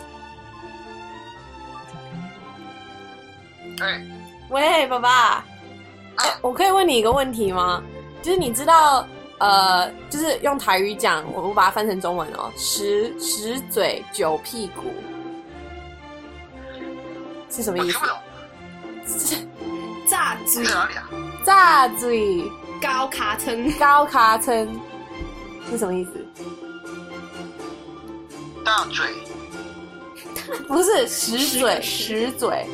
Speaker 7: 喂，爸爸，我可以问你一个问题吗？就是你知道，呃，就是用台语讲，我我把它翻成中文哦，十十嘴九屁股是什么意思？
Speaker 5: 炸嘴
Speaker 7: 炸嘴
Speaker 5: 高卡称，
Speaker 7: 高卡称是什么意思？大嘴 <laughs> 不是十嘴十嘴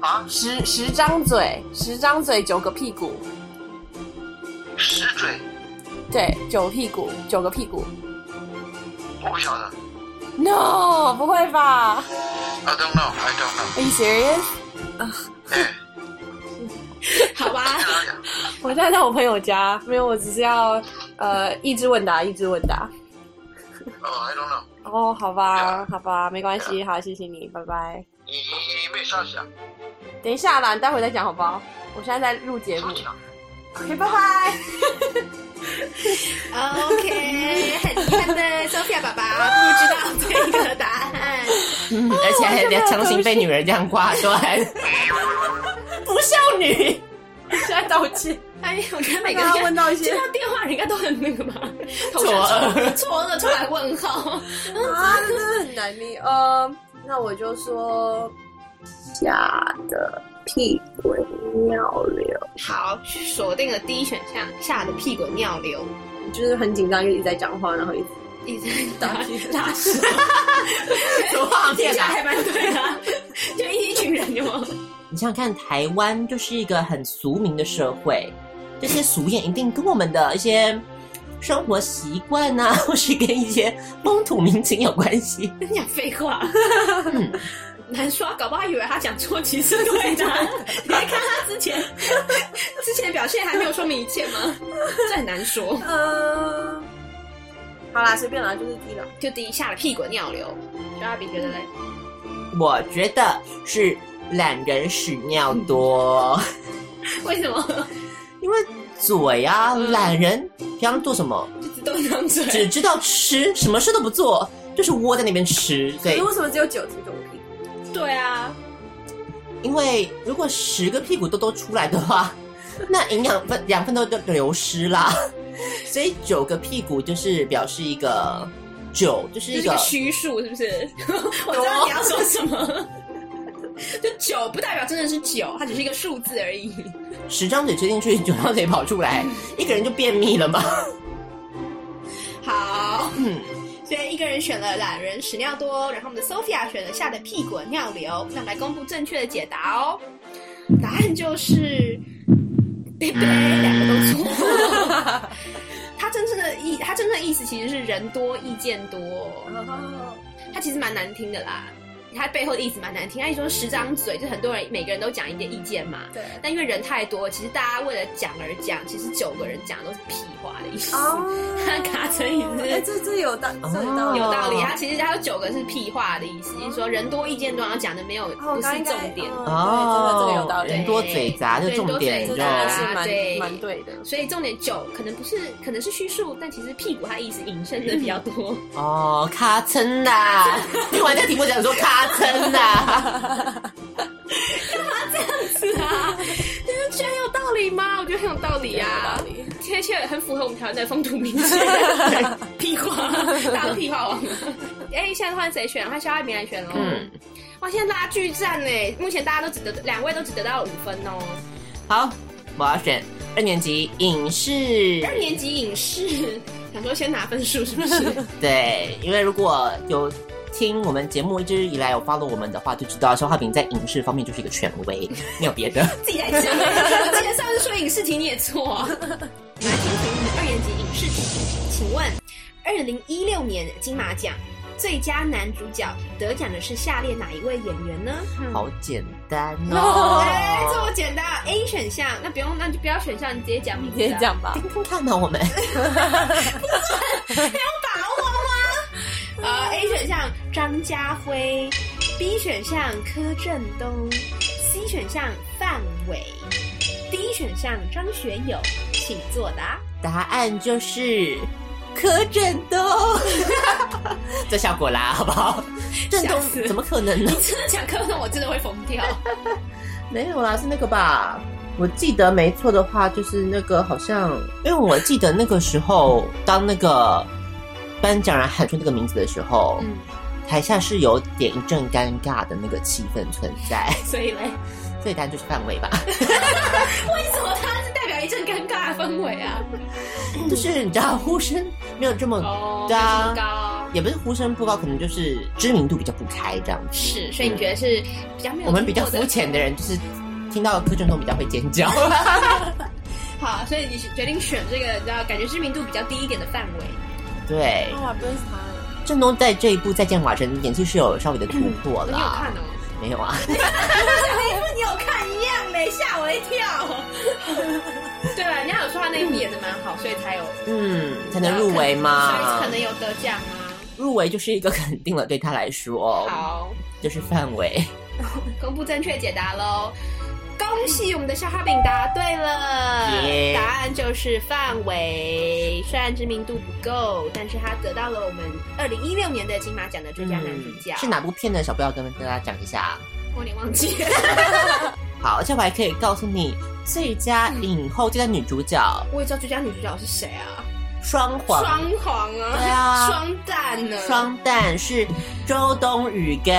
Speaker 7: 啊，十十张嘴，十张嘴九个屁股。
Speaker 11: 十嘴，
Speaker 7: 对，九屁股，九个屁股。
Speaker 11: 我不晓得。
Speaker 7: No，不会吧
Speaker 11: I don't know, I don't know。
Speaker 7: ？Are you serious？
Speaker 11: 哎，
Speaker 5: 好吧，
Speaker 11: 啊
Speaker 7: 我现在在我朋友家，没有，我只是要呃益智问答，益智问答。
Speaker 11: Oh, I don't know.
Speaker 7: 哦，好吧，好吧，没关系，好，谢谢你，拜拜。
Speaker 11: 你你你没上去啊？
Speaker 7: 等一下啦，你待会再讲好不好？我现在在录节目。OK，拜拜。
Speaker 5: <laughs> OK，很遗憾的 Sophia 爸爸不知道这个答案。
Speaker 6: 嗯，而且还得强行被女人这样挂断，不孝女。
Speaker 7: 现在道歉。
Speaker 5: 哎，我觉得每个
Speaker 7: 刚刚问到一些 <laughs>
Speaker 5: 接到电话，人家都很那
Speaker 6: <laughs>
Speaker 5: 个吧，
Speaker 6: 错愕
Speaker 5: 错愕的出来问号。
Speaker 7: 啊，真的很难命。呃，那我就说
Speaker 9: 吓得屁滚尿流。
Speaker 5: 好，去锁定了第一选项，吓得屁滚尿流，
Speaker 7: 就是很紧张，就一直在讲话，然后一直
Speaker 5: 一直打
Speaker 6: <laughs>
Speaker 7: 打死。
Speaker 6: 么画面
Speaker 5: 听
Speaker 6: 啊
Speaker 5: 起来还蛮对的啊， <laughs> 就一群人有吗？
Speaker 6: 你想想看，台湾就是一个很俗民的社会，这些俗谚一定跟我们的一些生活习惯啊，或是跟一些风土民情有关系。
Speaker 5: 跟你讲废话， <laughs> 难说，搞不好以为他讲错其实是对的。你还看他之前 <laughs> 之前表现还没有说明一切吗？ <laughs> 这很难说。
Speaker 7: 嗯，好啦，随便啦，就是低了。
Speaker 5: 就第一下了屁滚尿流，就阿比觉得嘞，
Speaker 6: 我觉得是懒人屎尿多，
Speaker 5: 为什么？
Speaker 6: 因为嘴啊，懒人平常做什么，
Speaker 5: 就只动一张嘴，
Speaker 6: 只知道吃，什么事都不做，就是窝在那边吃。对
Speaker 7: 为，什么只有九只狗屁？
Speaker 5: 对啊，
Speaker 6: 因为如果十个屁股痘痘出来的
Speaker 7: <laughs>
Speaker 6: 话，那营养分养分都都流失啦。 <laughs> 所以九个屁股就是表示一个九，就是
Speaker 5: 就
Speaker 6: 一
Speaker 5: 是个
Speaker 6: 个
Speaker 5: 虚数，是不是？ <laughs> 我知道你要说什么。 <laughs> 就九不代表真的是九，它只是一个数字而已。
Speaker 6: 十张嘴吃进去， <laughs> 九张嘴跑出来，
Speaker 7: 嗯
Speaker 6: 一个人就便秘了嘛。
Speaker 5: 好，
Speaker 6: 嗯，
Speaker 5: 所以一个人选了懒人屎尿多，然后我们的 Sophia 选了吓得屁滚尿流。那我们来公布正确的解答哦，答案就是，对对，两个都错。它真正的意，它真正的意思其实是人多意见多，它其实蛮难听的啦。它背后的意思蛮难听，它一说十张嘴，就很多人每个人都讲一点意见嘛。
Speaker 7: 对。
Speaker 5: 但因为人太多，其实大家为了讲而讲，其实九个人讲都是屁话的意思。
Speaker 7: <laughs> 哦，
Speaker 5: 它卡成一只
Speaker 7: 哎，这这有道，这有道理。
Speaker 5: 有道理，它其实它有九个是屁话的意思，就是说人多意见多，然后讲的没有
Speaker 7: 哦，
Speaker 5: 不
Speaker 7: 我
Speaker 5: 是
Speaker 7: 刚刚应该
Speaker 5: 重点，
Speaker 7: <laughs> 哦，对，真的这个有道理，
Speaker 6: 人多嘴杂就
Speaker 5: 对
Speaker 6: 重点
Speaker 5: 多嘴
Speaker 6: 就
Speaker 7: 真的
Speaker 5: 杂
Speaker 7: 是
Speaker 5: 对
Speaker 7: 蛮蛮对的。
Speaker 5: 所以重点九可能不是，可能是虚数，但其实屁股它意思引申的比较
Speaker 7: <laughs>
Speaker 5: 多。
Speaker 6: 哦，咔蹭啦！听完这题目讲说咔蹭啦，
Speaker 5: 是啊，就是觉得有道理吗？我觉得很有道理啊，贴切很符合我们台湾的风土民情。屁话，大家屁话
Speaker 7: <laughs>
Speaker 5: 王。哎、现在换谁选？换肖爱民来选喽。
Speaker 6: 嗯，
Speaker 5: 哇，现在拉锯战呢，目前大家都只得两位都只得到了五分哦。
Speaker 6: 好，我要选二年级影视。
Speaker 5: 二年级影视，想说先拿分数是不是？
Speaker 6: 对，因为如果有听我们节目一直以来有 follow 我们的话，就知道肖化饼在影视方面就是一个权威，没有别的。
Speaker 5: 自己来讲。我记得上次说影视题你也错、啊。来，请请你二年级影视题，请问，二零一六年金马奖最佳男主角得奖的是下列哪一位演员呢？
Speaker 6: 好简单
Speaker 5: 哎、这
Speaker 6: 哦，
Speaker 5: 么简单啊！A 选项，那不用，那就不要选项，你直接讲名
Speaker 7: 直
Speaker 5: 字、
Speaker 7: 接，讲吧
Speaker 6: 听，听看吧，我们
Speaker 5: 把握吗？呃，A 选项张家辉，B 选项柯震东，C 选项范伟，D 选项张学友，请作答。
Speaker 6: 答案就是柯震东，这效果啦，好不好？震
Speaker 5: 吓
Speaker 6: 东
Speaker 5: 死
Speaker 6: 怎么可能呢
Speaker 5: 你？真的讲柯震，我真的会疯
Speaker 6: <laughs>
Speaker 5: 掉。
Speaker 6: 没有啦，是那个吧？我记得没错的话，就是嗯那个好像，因为我记得那个时候，当那个颁奖人喊出那个名字的时候，
Speaker 5: 嗯
Speaker 6: 台下是有点一阵尴尬的那个气氛存在， <laughs>
Speaker 5: 所以嘞，
Speaker 6: 所以答案就是
Speaker 5: <laughs>
Speaker 6: 范围吧。
Speaker 5: 为什么他是代表一阵尴尬的氛围啊？
Speaker 6: 就是你知道，呼声没有这么，
Speaker 5: 哦，
Speaker 6: 对啊
Speaker 5: 没有这么高
Speaker 6: 也不是呼声不高，可能就是知名度比较不开这样子。
Speaker 5: 是，所以你觉得是比较没有
Speaker 6: 我们比较
Speaker 5: 听过
Speaker 6: 肤浅的人，就是听到柯震东比
Speaker 5: 嗯
Speaker 6: 较会尖
Speaker 5: <laughs>
Speaker 6: 叫。
Speaker 5: 好，所以你决定选这个，你知道，感觉知名度比较低一点的范围。
Speaker 6: 对，
Speaker 7: 哇，不认识他，
Speaker 6: 郑东在这一部《再见瓦城》演技是有稍微的突破 <laughs>
Speaker 5: 你有 <laughs>
Speaker 6: 啦。
Speaker 5: 看哦？
Speaker 6: 没有啊，
Speaker 5: 你有看一样呢，嘞，吓我一跳。
Speaker 6: <laughs>
Speaker 5: 对啊，人家有说他那一部演的蛮好，所以才有啊
Speaker 6: 嗯，才能入围
Speaker 5: <laughs>
Speaker 6: 嘛。
Speaker 5: 所以可能有得奖啊。
Speaker 6: 入围就是一个肯定了，对他来说，
Speaker 5: 好，
Speaker 6: 就是范围。
Speaker 5: 公布正确解答喽！恭喜我们的小哈饼答对了
Speaker 6: 耶
Speaker 5: 答案就是范伟。虽然知名度不够，但是他得到了我们二零一六年的金马奖的最嗯佳男主角。
Speaker 6: 嗯是哪？部片呢？小布要跟大家讲一下。
Speaker 5: 我有点忘记了。
Speaker 6: 好，而且我还可以告诉你，最佳影后、最佳女主角
Speaker 5: <laughs> 我也知道最佳女主角是谁啊？
Speaker 6: 双簧
Speaker 5: 双簧啊，
Speaker 6: 对啊
Speaker 5: 双蛋呢？
Speaker 6: 双旦是周
Speaker 4: <laughs>
Speaker 6: 冬雨跟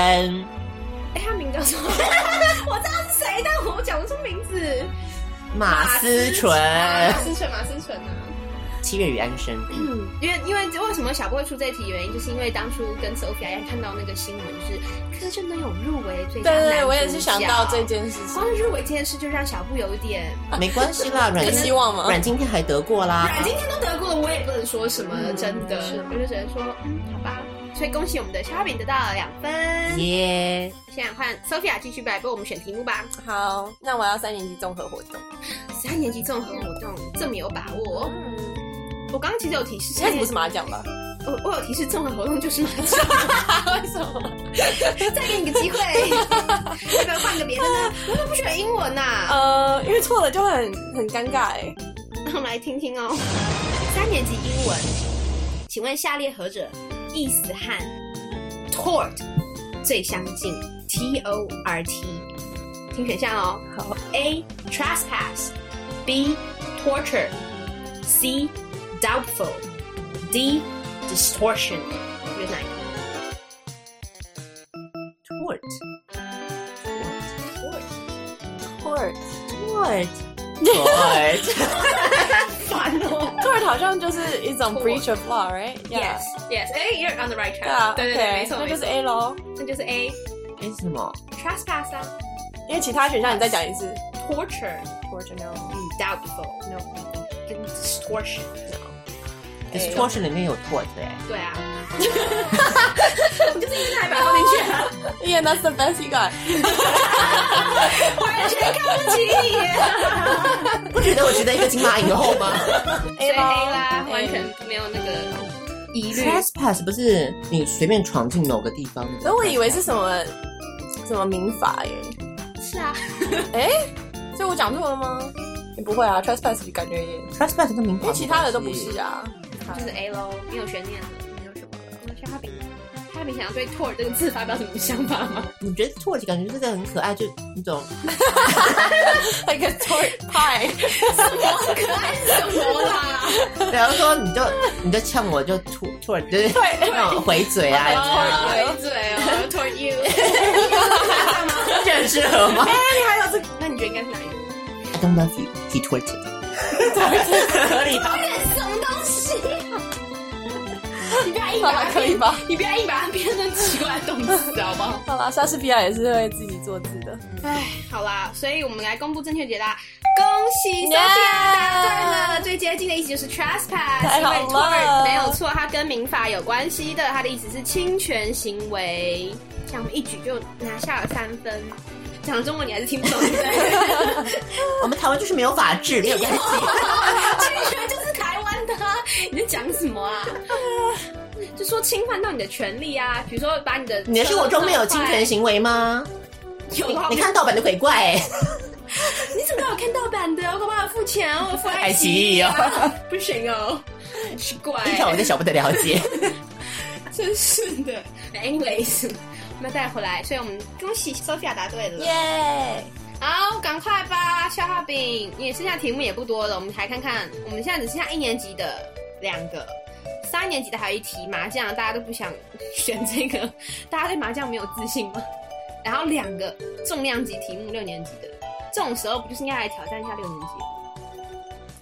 Speaker 5: 哎，他名叫什么？ <laughs> 我知道是谁，但我讲不出名字。
Speaker 6: 马思纯。
Speaker 5: 啊马思纯，马思纯啊。
Speaker 6: 七月与安生，
Speaker 5: 嗯，因为因为为什么小布会出这题？原因就是因为当初跟 Sophia 看到那个新闻，就是柯震东有入围最佳
Speaker 7: 对
Speaker 5: 男
Speaker 7: 对对，
Speaker 5: 啊主
Speaker 7: 我也是想到这
Speaker 5: 角，
Speaker 7: 件事
Speaker 5: <laughs>
Speaker 7: 情
Speaker 5: 光。是入围这件事就让小布有一点，
Speaker 6: 没关系
Speaker 5: <laughs>
Speaker 6: 啦，阮
Speaker 7: 有希望吗
Speaker 6: 阮今天还得过
Speaker 7: 啊
Speaker 6: 啦。
Speaker 5: 阮今天都得过了，我也不能说什么，
Speaker 7: 嗯
Speaker 5: 真的，我就只能说，嗯，好吧。所以恭喜我们的小饼得到了两分。
Speaker 6: 耶
Speaker 5: 现在换 Sophia 继续来帮我们选题目吧。
Speaker 7: 好，那我要三年级综合活动。
Speaker 5: 三年级综合活动这么有把握？哦我刚刚其实有提示，
Speaker 7: 应该不是麻
Speaker 5: <laughs>
Speaker 7: 将吧？
Speaker 5: 我我有提示，综合活动就是麻将。
Speaker 7: <laughs>
Speaker 5: 啊
Speaker 7: 为什么？
Speaker 5: 再给你个机会，要不要换个别的呢？我怎么不选英文呐、
Speaker 7: <laughs> 呃，因为错了就会很很尴尬
Speaker 5: <laughs>
Speaker 7: 哎。
Speaker 5: 那我们来听听哦。三年级英文，请问下列何者意思和 tort 最相近？T O R T，听选项哦。
Speaker 7: 好
Speaker 5: ，A trespass，B torture，C doubtful，D distortion。你觉得哪一个
Speaker 6: ，tort
Speaker 7: Court
Speaker 6: tort tort，
Speaker 5: 烦哦。
Speaker 7: court 好像就是一种
Speaker 5: Court
Speaker 7: breach of law，right？
Speaker 5: Yes, yes. A, you're on the right
Speaker 7: 对
Speaker 5: track.
Speaker 7: 啊，
Speaker 5: 对对对，没错，
Speaker 7: 那
Speaker 5: 没
Speaker 7: 就
Speaker 5: 错
Speaker 7: 是 A 咯。
Speaker 5: 那就是 A
Speaker 6: 哎什么？
Speaker 5: trespass 啊
Speaker 7: 因为其他选项你再讲一次。
Speaker 5: ，torture
Speaker 7: 嗯
Speaker 5: and doubtful
Speaker 7: No.
Speaker 5: 跟 distortion。
Speaker 6: 可是 tort 里面有 tort 哎，
Speaker 5: 对 <laughs> 啊，我就是一直还把 <laughs> 它放进去啊，
Speaker 7: <laughs> Yeah, that's the best you got.
Speaker 5: 完全看不起你耶。 <laughs>
Speaker 6: 不觉得我觉得一个金马影后 <laughs> 吗
Speaker 5: <laughs> <laughs> 所以 A 啦
Speaker 7: A，
Speaker 5: 完全没有那个疑虑。
Speaker 6: ？trespass 不是你随便闯进某个地方的，
Speaker 7: 可是我以为是什么什么民法耶？欸
Speaker 5: 是啊，
Speaker 7: 哎，所以我讲错了吗？也不会啊，trespass 感觉也，
Speaker 6: trespass 跟民
Speaker 7: 因
Speaker 6: 法，
Speaker 7: 为其他的都不是。啊。
Speaker 5: 就是 A 喽，没有悬念了，没有什么了。那小哈饼，哈饼想要对 tour 这个字发表什么想法吗？
Speaker 6: 你觉得 tort 感觉就是很可爱，就那种
Speaker 7: 那个 tort pie， <laughs>
Speaker 5: 可爱是什么啦？ <laughs>
Speaker 6: 比方说，你就你就呛我，就吐吐，就是 <laughs>
Speaker 7: 对
Speaker 6: 那种回嘴啊，你知道吗
Speaker 5: 哦，对嘴哦，tour <laughs> you，
Speaker 6: <laughs> 这很适合吗
Speaker 5: 哎，你还有这个？那你觉得应该是哪一个？
Speaker 6: ？I don't love you, he torted。合 <laughs> 理吧？
Speaker 5: 什么东西？ <laughs> 你不要硬把
Speaker 7: 好
Speaker 5: 它 <laughs>
Speaker 7: 啦，可以吧？
Speaker 5: 你不要硬把它变成奇怪的动词，好不好？
Speaker 7: 好啦，莎士比亚也是会自己做字的。
Speaker 5: <laughs> 唉，好啦，所以我们来公布正确解答。恭喜
Speaker 7: Yeah！
Speaker 5: Sophia 答对了，最接近的意思就是 trespass，
Speaker 7: 太
Speaker 5: 因为
Speaker 7: 好
Speaker 5: t o
Speaker 7: 了
Speaker 5: r 没有错，它跟民法有关系的，它的意思是侵权行为。这样我们一举就拿下了三分。讲中文你还是听不懂，对不 <laughs> 对？
Speaker 6: 我们台湾就是没有法治，没有关 <laughs> 系。
Speaker 5: <laughs> 侵权就是台湾的、啊，你在讲什么啊？就说侵犯到你的权利啊，比如说把你的
Speaker 6: 你的生活中没有侵
Speaker 5: 行，
Speaker 6: 权行为 <laughs> 吗？
Speaker 5: 有的话
Speaker 6: 你看盗版的鬼怪、欸，
Speaker 5: 你怎么有看盗版的？我干嘛付钱哦？我付爱艺
Speaker 6: 爱奇艺
Speaker 5: 啊， <laughs> 不行哦，奇怪，
Speaker 6: <laughs> 你看我对小布的了 <laughs> 解。
Speaker 5: 真是的。Anyways，我们带回来，所以我们恭喜 Sophia 答对了。
Speaker 7: 耶！
Speaker 5: 好，赶快吧，消化饼，也剩下题目也不多了，我们来看看，我们现在只剩下一年级的两个，三年级的还有一题麻将，大家都不想选这个，大家对麻将没有自信吗？ <laughs> 然后两个重量级题目，六年级的，这种时候不就是应该来挑战一下六年级？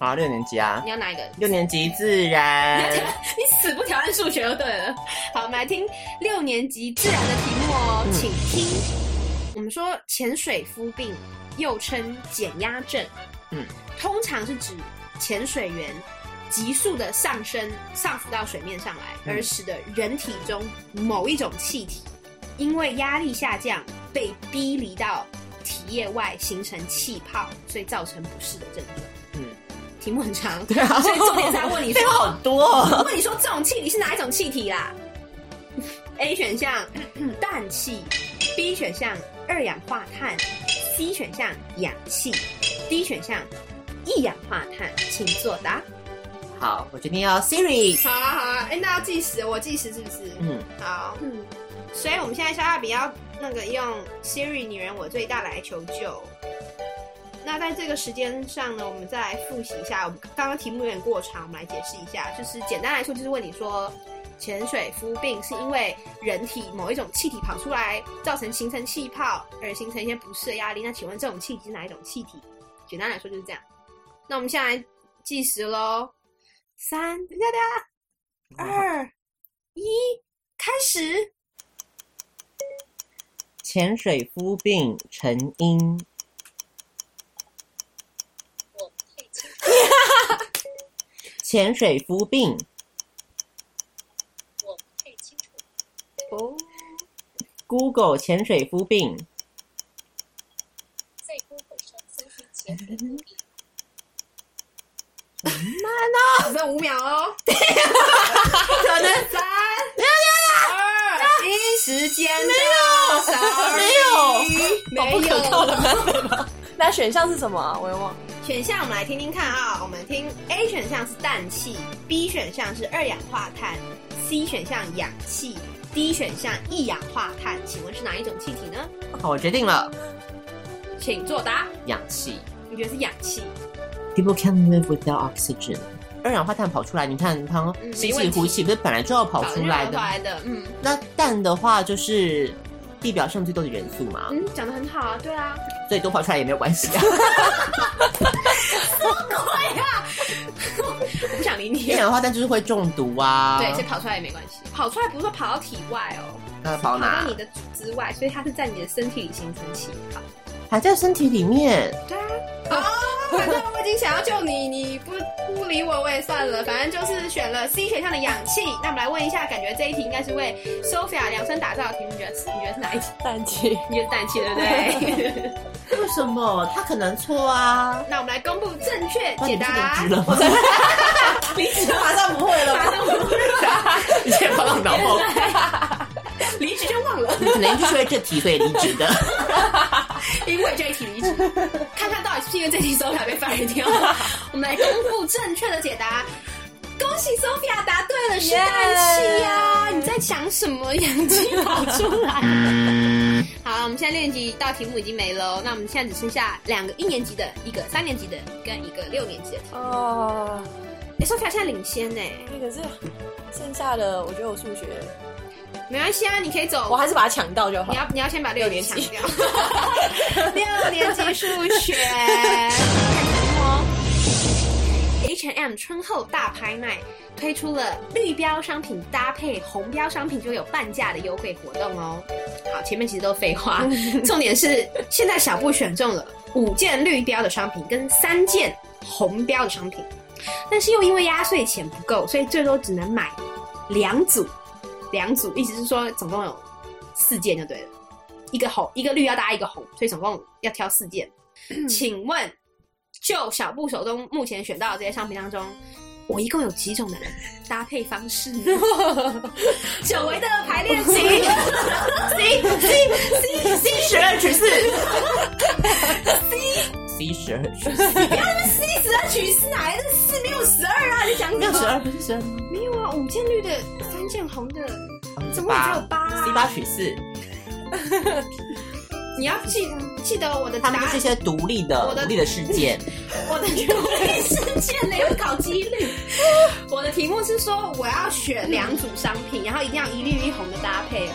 Speaker 6: 啊，六年级啊
Speaker 5: 你，要哪一个？
Speaker 6: 六年级自然。 <laughs>
Speaker 5: 你死不挑战数学就对了。好，我们来听六年级自然的题目哦，请听。我们说潜水夫病，又称减压症，
Speaker 6: 嗯，
Speaker 5: 通常是指潜水员急速的上升，上浮到水面上来，
Speaker 6: 嗯
Speaker 5: 而使得人体中某一种气体因为压力下降被逼离到体液外形成气泡，所以造成不适的症状。
Speaker 6: 嗯，
Speaker 5: 题目很长，
Speaker 6: 对啊
Speaker 5: 所以重点是在问
Speaker 6: <laughs>
Speaker 5: 你说
Speaker 6: 废话好多哦
Speaker 5: 问你说这种气体是哪一种气体啦？A 选项氮气，B 选项二氧化碳，C 选项氧气，D 选项一氧化碳，请作答。
Speaker 6: 好，我决定要 Siri。
Speaker 5: 好啊，好啊，哎，那要计时，我计时是不是？
Speaker 6: 嗯，
Speaker 5: 好，嗯，所以我们现在消化饼要那个用 Siri 女人我最大来求救。那在这个时间上呢，我们再来复习一下，我们刚刚题目有点过长，我们来解释一下。就是简单来说，就是问你说，潜水夫病是因为人体某一种气体跑出来，造成形成气泡而形成一些不适的压力。那请问这种气体是哪一种气体？简单来说就是这样。那我们现在计时喽，三，哒哒，二，一，开始。
Speaker 6: 潜水夫病成因， <laughs> 潜水夫病，
Speaker 12: 我不太清楚，
Speaker 5: 哦，
Speaker 6: Google 潜水夫病，
Speaker 12: 在 Google 上搜寻潜水夫病，
Speaker 5: 慢哦，只剩五秒哦。可能三，二，一，时间到
Speaker 7: 没有
Speaker 5: sorry，没有，
Speaker 7: 好不可靠的版本吗那选项是什么啊？我也忘了。
Speaker 5: 选项我们来听听看啊，我们听 A 选项是氮气，B 选项是二氧化碳，C 选项氧气，D 选项一氧化碳，请问是哪一种气体呢？
Speaker 6: 好，我决定了，
Speaker 5: 请作答。
Speaker 6: 氧气。
Speaker 5: 你觉得是氧气？
Speaker 6: People can live without oxygen。二氧化碳跑出来，你看它
Speaker 5: 嗯
Speaker 6: 吸
Speaker 5: 没
Speaker 6: 气
Speaker 5: 问题
Speaker 6: 呼气，不是本来就要跑出来
Speaker 5: 跑出
Speaker 6: 的。
Speaker 5: 来的，嗯
Speaker 6: 那氮的话就是地表上最多的元素嘛，
Speaker 5: 嗯，讲的很好啊，对啊，
Speaker 6: 所以多跑出来也没有关系
Speaker 5: <laughs>
Speaker 6: 啊。
Speaker 5: 我不想理
Speaker 6: 一
Speaker 5: 你。
Speaker 6: 氧化碳就是会中毒啊。
Speaker 5: 对，所以跑出来也没关系。跑出来不是说跑到体外哦，
Speaker 6: 那跑哪
Speaker 5: 跑到你的组织外，所以它是在你的身体里形成气泡。
Speaker 6: 还在身体里面。
Speaker 5: 对啊，哦，反正我已经想要救你，你不不理我我也算了，反正就是选了 C 选项的氧气。那我们来问一下，感觉这一题应该是为 Sophia 量身打造的题目，你觉得是你觉得是 <laughs> 哪一题？
Speaker 7: 氮气，
Speaker 5: 你觉得氮气对不对？ <laughs>
Speaker 6: 为什么？他可能错啊。
Speaker 5: 那我们来公布正确解答
Speaker 6: 离。职了 <laughs> 吗？
Speaker 5: 离职
Speaker 6: 马上不会了吧
Speaker 5: 马上不会了，
Speaker 6: 你现在跑到脑后，
Speaker 5: <laughs> 离职就忘了
Speaker 6: 你。可能就是为这题所以离
Speaker 5: <laughs>
Speaker 6: 职的。
Speaker 5: 因为这一题离
Speaker 7: <laughs>
Speaker 5: 职，看看到底是不是因为这题 Sophia 被 fire 掉。我们来公布正确的解答。恭喜 Sophia 答对了，是氮气呀！你在想什么？氧气跑出来。
Speaker 7: 嗯
Speaker 5: 好，我们现在六年级一道题目已经没了哦，那我们现在只剩下两个一年级的、一个三年级的跟一个六年级的题目。
Speaker 7: 哦，
Speaker 5: 哎、s o p h i a 现在领先呢，
Speaker 7: 那可是剩下的，我觉得我数学，
Speaker 5: 没关系啊，你可以走。
Speaker 7: 我还是把它抢到就好
Speaker 5: 你。要你要先把六年级抢掉。 <laughs> 六年级数学。H&M 春后大拍卖推出了绿标商品搭配红标商品就有半价的优惠活动哦。好，前面其实都废 <laughs> 话，重点是现在小布选中了五件绿标的商品跟三件红标的商品，但是又因为压岁钱不够，所以最多只能买两组，两组，意思是说总共有四件就对了，一个红一个绿要搭一个红，所以总共要挑四件。请问，就小布手中目前选到的这些商品当中，我一共有几种的搭配方式呢？久违的排列 C C C C C
Speaker 6: 十二 <laughs> 取四，C 十二取四，
Speaker 5: 不要那么 C 十二取四哪来的四？没有十二啊！你讲什
Speaker 6: 没有
Speaker 5: 么？
Speaker 6: 十二不是十二吗？
Speaker 5: 没有啊，五件绿的，三件红的， <laughs> 怎么会
Speaker 6: 八
Speaker 5: 只有八啊
Speaker 6: ，C 八取四，
Speaker 5: 你要记记得我的答
Speaker 6: 他们
Speaker 5: 案
Speaker 6: 是一。些独立
Speaker 5: 我
Speaker 6: 的
Speaker 5: 的
Speaker 6: 独立的事件。
Speaker 5: 我的全部也是欠了，又搞几率。 <laughs> 我的题目是说，我要选两组商品，然后一定要一绿一红的搭配哦。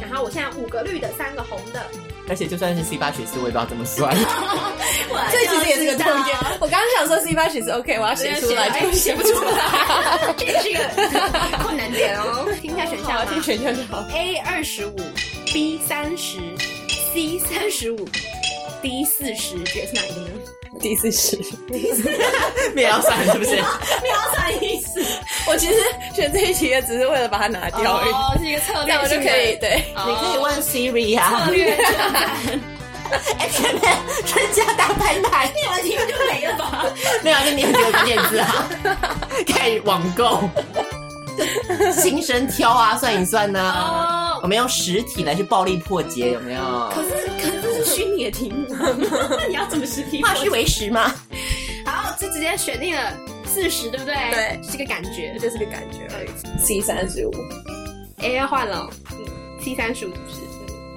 Speaker 5: 然后我现在五个绿的，三个红的。
Speaker 6: 而且就算是 C 八取四，我也不知道怎么算。 <laughs>
Speaker 5: 我
Speaker 7: 这其实也是个重点
Speaker 5: 就知道。
Speaker 7: 我刚刚想说 C 八其实 OK，我要写出来，就
Speaker 5: 写
Speaker 7: 写
Speaker 5: 不
Speaker 7: 不
Speaker 5: 出
Speaker 7: 出
Speaker 5: 来
Speaker 7: 来，
Speaker 5: <laughs> 这是一个困难点哦。听一下选项吧，
Speaker 7: 好听选项就好。
Speaker 5: A 二十五，B 三十，C 三十五，D 四十，觉得是哪一个呢？
Speaker 7: 第四十，
Speaker 6: 秒算是不是？
Speaker 5: 秒闪意思。
Speaker 7: 我其实选这一题也只是为了把它拿掉而已。
Speaker 5: 哦，是一个策
Speaker 7: 这
Speaker 5: 略
Speaker 7: 样我就
Speaker 5: 性的
Speaker 7: 可以对
Speaker 5: 哦
Speaker 6: <laughs> 你可以问 Siri 啊
Speaker 5: 策。略策略
Speaker 6: 哎，前面专家大拍卖，念完题目就没了吧？没有，就念几个关键字 <laughs> 啊，开始网购，新生挑啊，算一算呢、我们用实体来去暴力破解，有没有？
Speaker 5: 可是哦可是这是虚拟的题目，啊 <laughs> 那你要怎么实体？
Speaker 6: 化虚为实吗？
Speaker 5: 好，这直接选定了四十，对不对？对，是个感觉，这是个感觉。
Speaker 7: C 三十五，
Speaker 5: 哎，要换了，C 三十五是不是？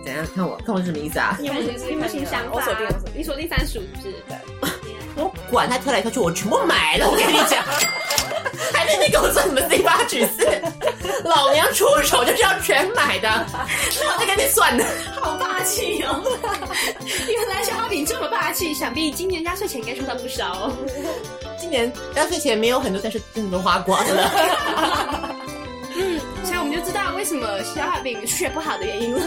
Speaker 6: 怎样？看我，看我是什么意思啊？
Speaker 5: 你有没有你有没有新想法？
Speaker 7: 我锁定我锁
Speaker 5: 你锁定三十五是不是？
Speaker 6: 我管他挑来挑去，我全部买了。我跟你讲， <laughs> 还在那边跟我说什么 C 八取四，老娘出手就是要全买的，那我再跟你算呢。
Speaker 5: 好霸气哦！ <laughs> 原来小花饼这么霸气，想必今年压岁钱应该收到不少哦。
Speaker 6: 今年压岁钱没有很多，但是真的都花光了。
Speaker 5: 嗯，现在我们就知道为什么小花饼数学不好的原因
Speaker 6: <laughs>
Speaker 5: 了，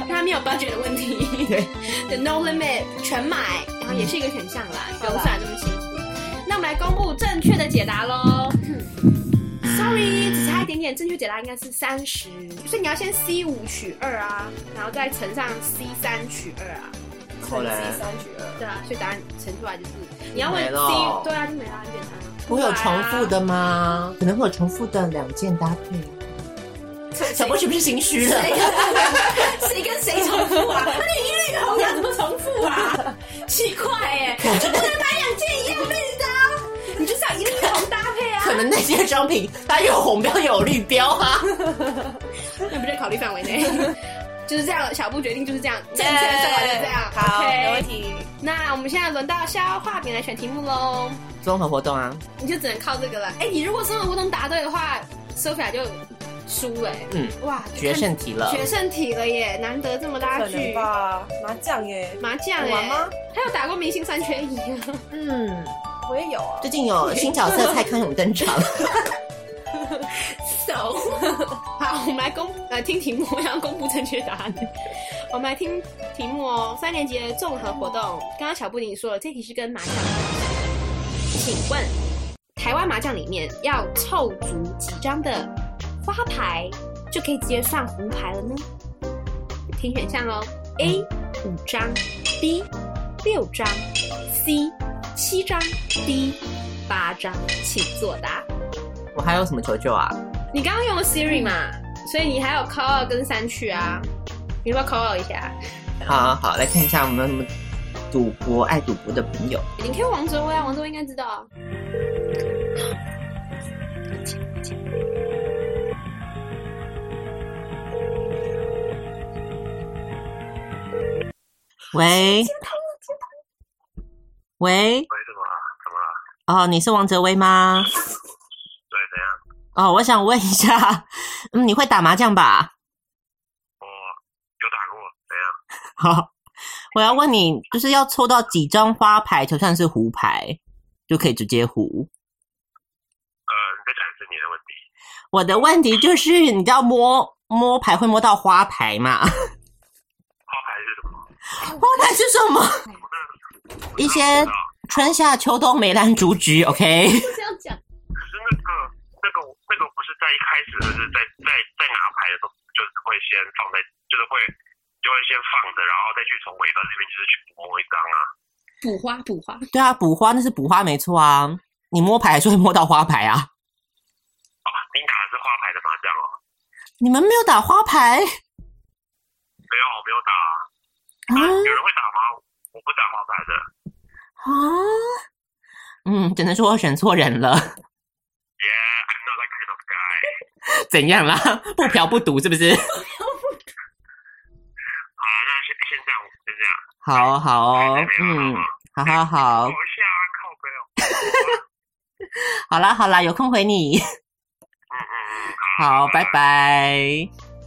Speaker 5: 因为他没有 budget 的问题。
Speaker 6: 对
Speaker 5: ，The No Limit 全买，然后也是一个选项啦，不用算得那么辛苦。那我们来公布正确的解答喽。Sorry，只差一点点，正确解答应该是三十，所以你要先 C 五取二啊，然后再乘上 C 三取二啊。
Speaker 6: 嗯后来
Speaker 5: 取二。对啊，所以答案乘出来就是你要问
Speaker 6: 没
Speaker 5: C，
Speaker 6: 了
Speaker 5: 对啊，就没了，很简单啊。
Speaker 6: 不会有重复的吗？可能会有重复的两件搭配。小波是不是心虚了？
Speaker 5: 谁跟谁跟谁重复啊？那你一律红娘怎么重复啊？奇怪哎、欸，就不能买两件一样类的、啊，你就是要一律红搭配
Speaker 6: <laughs>
Speaker 5: 啊。
Speaker 6: 可能那些商品它有红标有绿标啊。
Speaker 5: 那不在考虑范围内。就是这样，小布决定就是这样，正确的算法就这样。
Speaker 7: 好
Speaker 5: OK
Speaker 7: 没问题。
Speaker 5: 那我们现在轮到消化饼来选题目喽，
Speaker 6: 综合活动啊，
Speaker 5: 你就只能靠这个了。哎、你如果综合活动答对的话，Sophia 就输了、欸。
Speaker 6: 嗯
Speaker 5: 哇，
Speaker 6: 决胜题了
Speaker 5: 决胜题了耶！难得这么拉
Speaker 9: 可
Speaker 5: 锯
Speaker 9: 能，吧，麻将耶，
Speaker 5: 麻将
Speaker 9: 好玩
Speaker 5: 哎、
Speaker 9: 吗？
Speaker 5: 还有打过明星三缺一啊。
Speaker 6: 嗯，
Speaker 9: 我也有啊。
Speaker 6: 最近有新角色蔡康永登场，
Speaker 5: 手。好，我们来公来听题目，我想要公布正确答案。我们来听题目哦，三年级的综合活动。刚刚小布已经说了，这题是跟麻将有关系。请问，台湾麻将里面要凑足几张的花牌就可以直接算胡牌了呢？听选项哦，A 五张，B 六张，C 七张，D 八张，请作答。
Speaker 6: <laughs> 我还有什么求救啊？
Speaker 5: 你刚刚用了 Siri 嘛，所以你还有 call 二跟三去啊，你要不要 call 二一下？
Speaker 6: 好好来看一下我们有什么赌博爱赌博的朋友，
Speaker 5: 你可以王哲威啊，王哲威应该知道啊。
Speaker 6: 喂，喂，
Speaker 11: 为什么？怎么了？
Speaker 6: 哦，你是王哲威吗？
Speaker 11: 对，怎样？
Speaker 6: 哦，我想问一下，嗯，你会打麻将吧？
Speaker 11: 我有打过，怎样？
Speaker 6: 好，我要问你，就是要抽到几张花牌才算是胡牌，就可以直接胡？
Speaker 11: 呃，你再讲一次你的问题。
Speaker 6: 我的问题就是，你知道摸摸牌会摸到花牌吗？
Speaker 11: 花牌是什么？
Speaker 6: 花牌是什么？一些
Speaker 4: 呃
Speaker 6: 春夏秋冬梅兰竹菊，OK？ <laughs>
Speaker 5: 这样讲，
Speaker 11: 可是那个那个那个不是在一开始，就是在在在拿牌的时候，就是会先放在，就是会就会先放着，然后再去从尾端那边就是去摸一张啊。
Speaker 5: 补花补花，
Speaker 6: 对啊，补花那是补花没错啊，你摸牌还是会摸到花牌啊？
Speaker 11: 啊，你打的是花牌的麻将哦？
Speaker 6: 你们没有打花牌
Speaker 11: 没有，我没有打啊。
Speaker 6: 啊
Speaker 11: 有人会打吗？我不打花牌的。
Speaker 6: 啊？嗯，只能说我选错人了， <laughs>
Speaker 11: Yeah, I'm not that kind of guy.
Speaker 6: 怎样啦？ <laughs> 不嫖不赌是不是？
Speaker 11: 好了，那现现在我们就这样。
Speaker 6: <laughs> 好哦好哦，嗯，好好好
Speaker 11: 我，下靠背哦。
Speaker 6: 好啦好啦，有空回你。啊好，拜拜。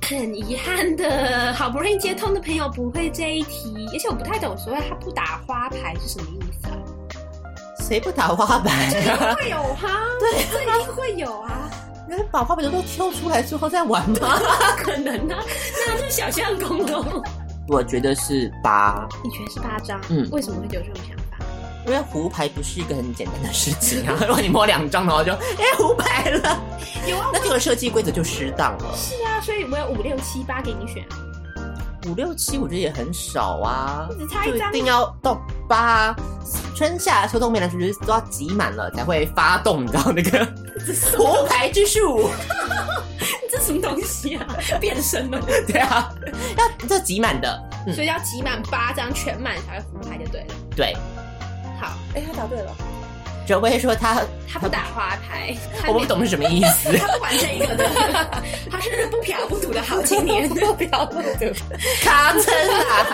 Speaker 5: 很遗憾的，好不容易接通的朋友不会这一题，而且我不太懂所谓他不打花牌是什么意思啊？
Speaker 6: 谁不打花 <laughs> 牌？啊
Speaker 5: 会有哈，对，这一定会有啊，
Speaker 6: 你们把花牌都挑出来之后再玩吗？
Speaker 5: 可能啊，那是小象公公。
Speaker 6: 我觉得是吧，
Speaker 5: 你觉得是八张？
Speaker 6: 嗯
Speaker 5: 为什么会有这种想法？
Speaker 6: 因为胡牌不是一个很简单的事情啊。 <laughs> 如果你摸两张，然后就哎、胡牌了，
Speaker 5: 有啊，
Speaker 6: 那这个设计规则就失当了。
Speaker 5: 是啊，所以我有五六七八给你选啊。
Speaker 6: 五六七我觉得也很少啊，
Speaker 5: 只差一
Speaker 6: 就一
Speaker 5: 张
Speaker 6: 定要到八，春夏秋冬梅兰菊就是都要挤满了才会发动，你知道那
Speaker 5: <laughs>
Speaker 6: 个胡牌之术。
Speaker 5: 这什么东西啊？变身了，
Speaker 6: 对啊，要这挤满的，嗯
Speaker 5: 所以要集满八张全满才会胡牌就对了。
Speaker 6: 对，
Speaker 5: 好，哎、他答对了，
Speaker 6: 九妹说他
Speaker 5: 他不打花 <laughs> 牌，他
Speaker 6: 我不懂是什么意
Speaker 5: <laughs>
Speaker 6: 思
Speaker 5: 他不玩这个的，他是不嫖不赌的好青年， <laughs> 不嫖不赌，
Speaker 6: 卡称
Speaker 7: 啊
Speaker 5: 啦。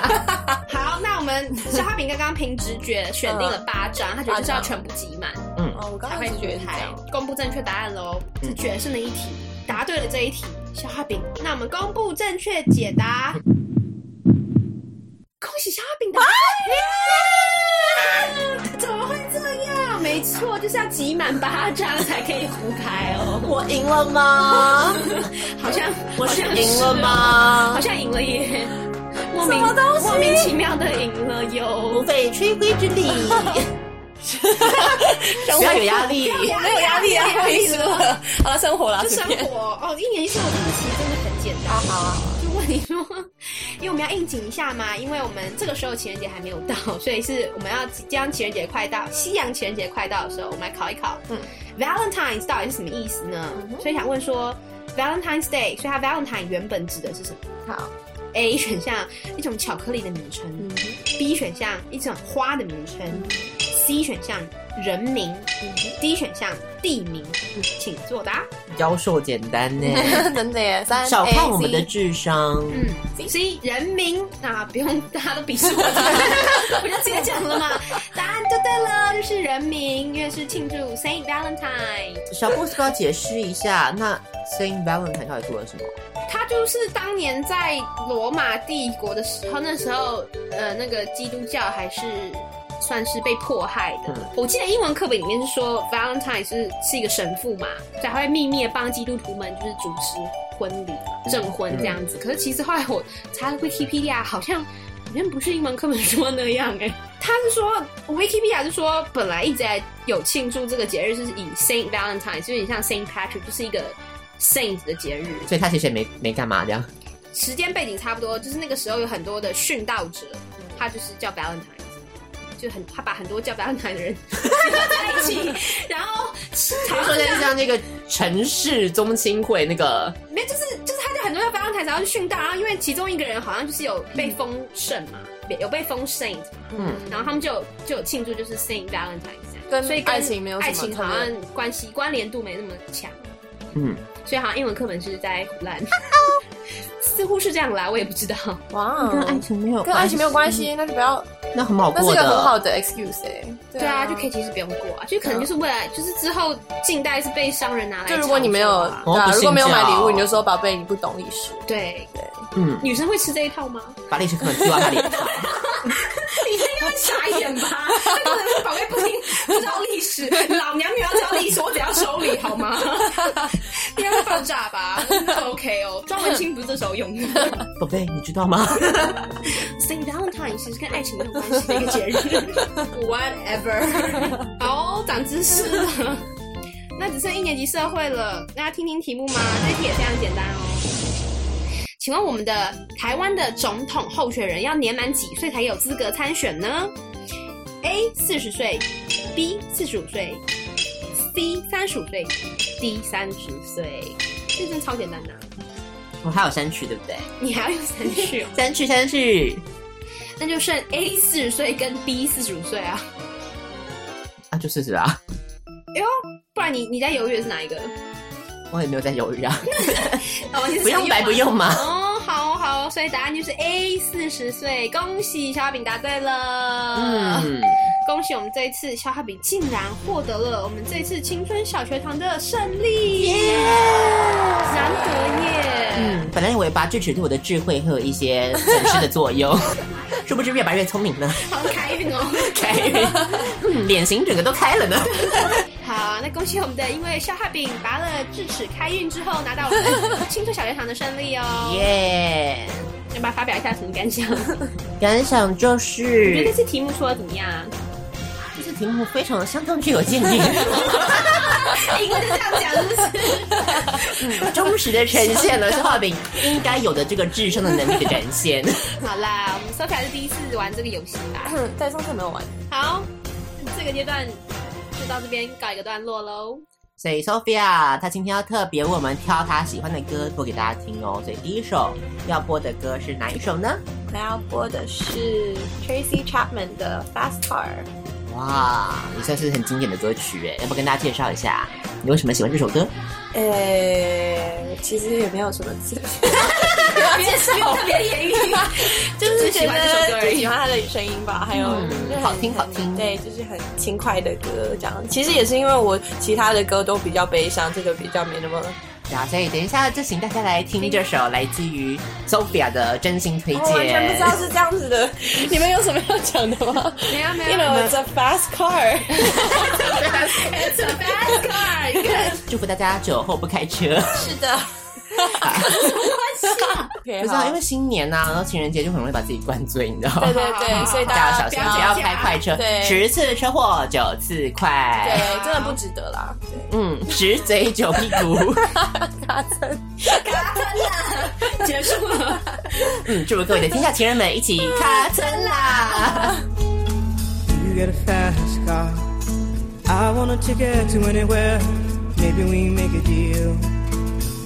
Speaker 5: 好，那我们小花饼刚刚凭直觉选定了八张，他觉得就是要全部集满，
Speaker 6: 嗯，
Speaker 5: <laughs> 哦，我刚才觉得牌公布正确答案喽，
Speaker 6: 嗯
Speaker 5: 是决胜的一题，答对了这一题，小花饼，那我们公布正确解答，恭喜小花饼答
Speaker 6: 啊
Speaker 5: 对了！怎么会这样？没错，就是要集满八张才可以胡牌哦。
Speaker 6: 我赢了
Speaker 5: <laughs>
Speaker 6: 吗？
Speaker 5: 好像
Speaker 6: 我是
Speaker 5: 好像
Speaker 6: 赢了
Speaker 5: <laughs>
Speaker 6: 吗
Speaker 5: 好像赢了耶！莫
Speaker 6: 什么东西
Speaker 5: 莫名其妙的赢了
Speaker 6: 不
Speaker 5: 哟。
Speaker 6: 费吹灰之
Speaker 5: <laughs>
Speaker 6: <laughs> 力，不要有压力。
Speaker 7: 没有压力啊，
Speaker 5: 没有压力
Speaker 7: 没输了。好了，生活啦，
Speaker 5: 就
Speaker 7: 随
Speaker 5: 生
Speaker 7: 便。
Speaker 5: 活哦，一年一次我这个题真的很简单。好啊，就问你说，因为我们要应景一下嘛，因为我们这个时候情人节还没有到，所以是我们要即将情人节快到，西洋情人节快到的时候，我们来考一考，嗯，Valentine's 嗯到底是什么意思呢？所以想问说，Valentine's Day，所以它 Valentine 原本指的是什么？
Speaker 7: 好，
Speaker 5: A 选项一种巧克力的名称、b 选项一种花的名称、c 选项人名、d 选项地名，请作答。
Speaker 6: 妖兽简单
Speaker 5: <laughs>
Speaker 6: 呢，
Speaker 7: <laughs> 真的耶，三
Speaker 6: 少
Speaker 7: A
Speaker 6: 看我们的
Speaker 7: C
Speaker 6: 智商。
Speaker 5: 嗯，C 人名啊，不用大家都鄙视我，我就直接讲了嘛，答案就对了，就是人名，因为是庆祝 Saint Valentine。
Speaker 6: 小布是不是要解释一下，那 Saint Valentine 到底做了什么？
Speaker 5: 他就是当年在罗马帝国的时候，那时候呃，那个基督教还是算是被迫害的。
Speaker 6: 嗯
Speaker 5: 我记得英文课本里面是说，Valentine 是是一个神父嘛，所以他会秘密的帮基督徒们就是主持婚礼、证婚这样子。可是其实后来我查了 Wikipedia，好像好像不是英文课本说的那样哎、他是说 Wikipedia 是说本来一直在有庆祝这个节日，就是以 Saint Valentine，就有点像 Saint Patrick，就是一个 Saint 的节日。
Speaker 6: 所以他其实也没没干嘛这样。
Speaker 5: 时间背景差不多，就是那个时候有很多的殉道者，
Speaker 7: 嗯
Speaker 5: 他就是叫 Valentine。就很，他把很多叫 Valentine
Speaker 7: <laughs>
Speaker 5: 的人聚合在一起，然后
Speaker 6: 他说就是像那个城市宗亲会那个，
Speaker 5: 没有就是就是他就很多叫 Valentine，然后去殉道，然后因为其中一个人好像就是有被封圣嘛，
Speaker 7: 嗯
Speaker 5: 有被封 Saint 嘛，
Speaker 6: 嗯，
Speaker 5: 然后他们就有就有庆祝，就是 Saint Valentine 这样
Speaker 7: 跟
Speaker 5: 所以
Speaker 7: 爱情没有什么
Speaker 5: 爱情
Speaker 7: 特
Speaker 5: 好
Speaker 7: 别
Speaker 5: 像关系关联度没那么强，
Speaker 6: 嗯，
Speaker 5: 所以好像英文课本是在胡
Speaker 7: <laughs>
Speaker 5: 乱，似乎是这样啦，我也不知道。
Speaker 7: 哇，哦
Speaker 6: 情没有
Speaker 7: 跟爱情没有关，系，那就不要，
Speaker 6: 那很好
Speaker 7: 那是
Speaker 6: 过
Speaker 7: 一
Speaker 6: 的，
Speaker 7: 个很好的 excuse 哎。
Speaker 5: 对啊，就可以其实不用过啊，就可能就是为了，就是之后近代是被商人拿来炒作啊、
Speaker 7: 就如果你没有对
Speaker 6: 哦
Speaker 7: 啊，
Speaker 6: 不
Speaker 7: 如果没有
Speaker 6: 信
Speaker 7: 买
Speaker 6: 教
Speaker 7: 礼物，你就说宝贝，你不懂历 <clears throat> 史。
Speaker 5: 对，
Speaker 7: 对，
Speaker 6: 嗯，
Speaker 5: 女生会吃这一套吗？
Speaker 6: 把历史课本丢 <laughs> 到他脸上，
Speaker 5: <laughs> 你应该会傻眼吧？那个人宝贝不听不知道历史，老娘女要知道历史，我只要收礼好吗？ <laughs> 应该会爆炸吧真的？OK 哦，庄文清不是这时候用的。
Speaker 6: 宝贝，你知道 <laughs> 吗？
Speaker 5: Saint Valentine 其实跟爱情没有关系的一个节日 <laughs> ，whatever。好，长知识了。那只剩一年级社会了，大家听听题目吗？这题也非常简单哦。请问我们的台湾的总统候选人要年满几岁才有资格参选呢？A 四十岁，B 四十五岁，C 三十五岁，D 三十岁。这真的超简单的啊、
Speaker 6: 我哦还有删去，对不对？
Speaker 5: 你还要用三去哦。 <laughs>
Speaker 6: 删去删去
Speaker 5: 那就剩 A 四十岁跟 B 四十五岁啊。
Speaker 6: 啊，就试试啊，
Speaker 5: 哎呦，不然你你在犹豫的是哪一个？
Speaker 6: 我也没有在犹豫啊，
Speaker 5: <laughs> 哦，你是
Speaker 6: 不用白
Speaker 5: 想
Speaker 6: 不用嘛。
Speaker 5: 哦，好好，所以答案就是 A 四十岁，恭喜小哈饼答对了。嗯，
Speaker 6: 嗯，
Speaker 5: 恭喜我们这一次小哈饼竟然获得了我们这一次青春小学堂的胜利，难得耶。
Speaker 6: 嗯，本来以为拔智齿对我的智慧会有一些损失的作用，殊不知越拔越聪明呢，
Speaker 5: 好 <laughs> 开运哦！
Speaker 6: 开 <laughs> 嗯，脸型整个都开了呢。
Speaker 5: 好，那恭喜我们的，因为小哈饼拔了智齿开运之后，拿到我们青春小学堂的胜 <laughs> 利哦。
Speaker 6: <laughs> 耶、
Speaker 5: 要不要发表一下什么 <laughs> 感想？
Speaker 6: 感想就
Speaker 5: 你觉得
Speaker 6: 是
Speaker 5: 这次题目出的怎么样啊？
Speaker 6: <laughs> 这次题目非常相当具有建议，
Speaker 5: 英文就这样讲，是不是？
Speaker 6: 忠实的呈现了消化饼应该有的这个智商的能力的展 <laughs> 现。
Speaker 5: <laughs> 好啦，我们 Sophia 还是第一次玩这个游戏吧。
Speaker 7: 对，上次没有玩。
Speaker 5: 好，这个阶段就到这边告一个段落喽。
Speaker 6: 所以 Sophia 她今天要特别为我们挑她喜欢的歌播给大家听哦。所以第一首要播的歌是哪一首呢？
Speaker 9: 我要播的是 Tracy Chapman 的《Fast Car》。
Speaker 6: 哇，也算是很经典的歌曲哎，要不跟大家介绍一下，你为什么喜欢这首歌？
Speaker 7: 呃、其实也没有什么特别，
Speaker 5: 别特别言语，
Speaker 7: 就是
Speaker 5: 喜
Speaker 7: 觉
Speaker 5: 欢这首歌
Speaker 7: 得
Speaker 5: 而已
Speaker 7: 就喜欢他的声音吧，还有、就是好听好听，对，就是很轻快的歌这样。其实也是因为我其他的歌都比较悲伤，这个比较没那么。
Speaker 6: 对啊，所以等一下就请大家来听这首来自于 Sophia 的真心推荐。
Speaker 7: 我完全不知道是这样子的， <laughs> 你们有什么要讲的吗？
Speaker 5: 没有没有
Speaker 7: You know it's a fast car 。
Speaker 5: It's a fast car，一个 <laughs> 人
Speaker 6: 祝福大家酒后不开车。
Speaker 7: <laughs> 是的， <laughs>
Speaker 6: 不知道，因为新年呐、然后情人节就很容易把自己灌醉，你知道吗？
Speaker 7: 对对对，所以大家
Speaker 6: 小心，不要开快车，
Speaker 7: 对，
Speaker 6: 十次车祸九次快。
Speaker 7: 对，真的不值得啦。
Speaker 6: 嗯，十嘴九屁股。
Speaker 5: 咔嚓啦，结束了。
Speaker 6: 嗯，祝福各位的天下情人们一起咔嚓啦！
Speaker 13: You got a fast car. I want a ticket to anywhere. Maybe we make a deal.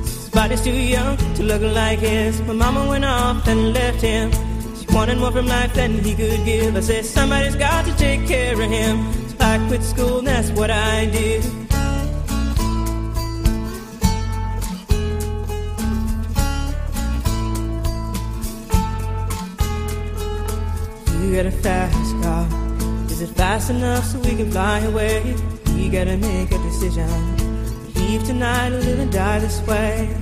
Speaker 13: His body's too young to look like his. My mama went off and left him. She wanted more from life than he could give. I said, somebody's got to take care of him. So I quit school, and that's what I did. You got a fast car. Is it fast enough so we can fly away? We gotta make a decision. Leave tonight or live and die this way.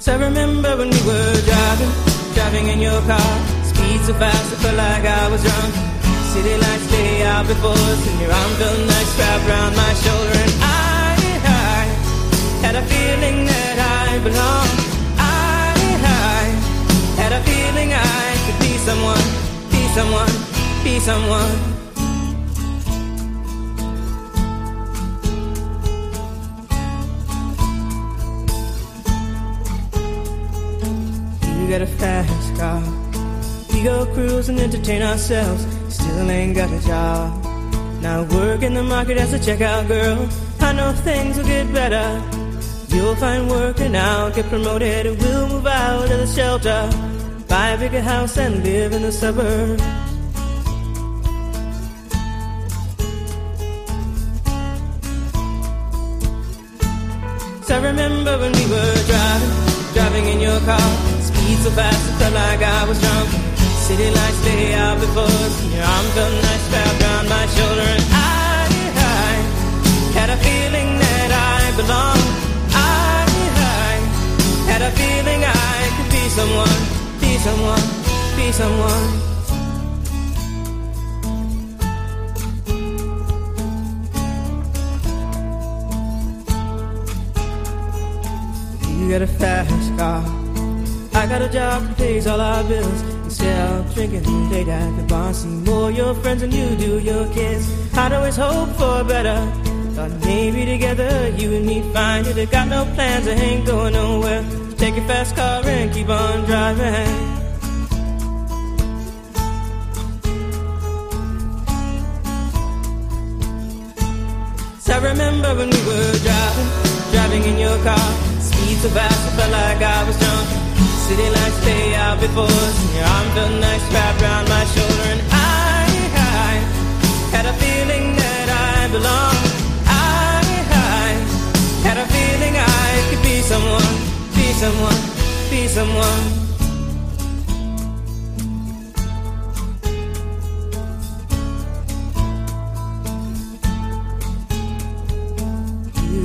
Speaker 13: So I remember when we were driving, driving in your car. Speed so fast, I felt like I was drunk. City lights lay out before us, and your arm felt nice wrapped around my shoulder. And I, I had a feeling that I belong. I, I had a feeling I could be someone, be someone, be someone. You got a fast car. We go cruise and entertain ourselves. Still ain't got a job. Now work in the market as a checkout girl. I know things will get better. You'll find work and I'll get promoted. We'll move out of the shelter, buy a bigger house and live in the suburbs. So I remember when we were driving, driving in your car. Speed so fast it felt like I was drunk. City lights lay out before us, and your arm felt nice wrapped around my shoulder. And I, I had a feeling that I belong. I, I had a feeling I could be someone, be someone, be someone. You got a fast car. I got a job that pays all our bills. Instead of drinking late at the bar, see more your friends than you do your kids. I'd always hope for better. Thought maybe together you and me find it. I got no plans, I ain't going nowhere. Take your fast car and keep on driving. I remember when we were driving, driving in your car. Speed so fast, I felt like I was drunk. City lights day out before us, and your arm felt nice wrapped around my shoulder. And I, I had a feeling that I belonged. I, I had a feeling I could be someone, be someone, be someone.
Speaker 14: You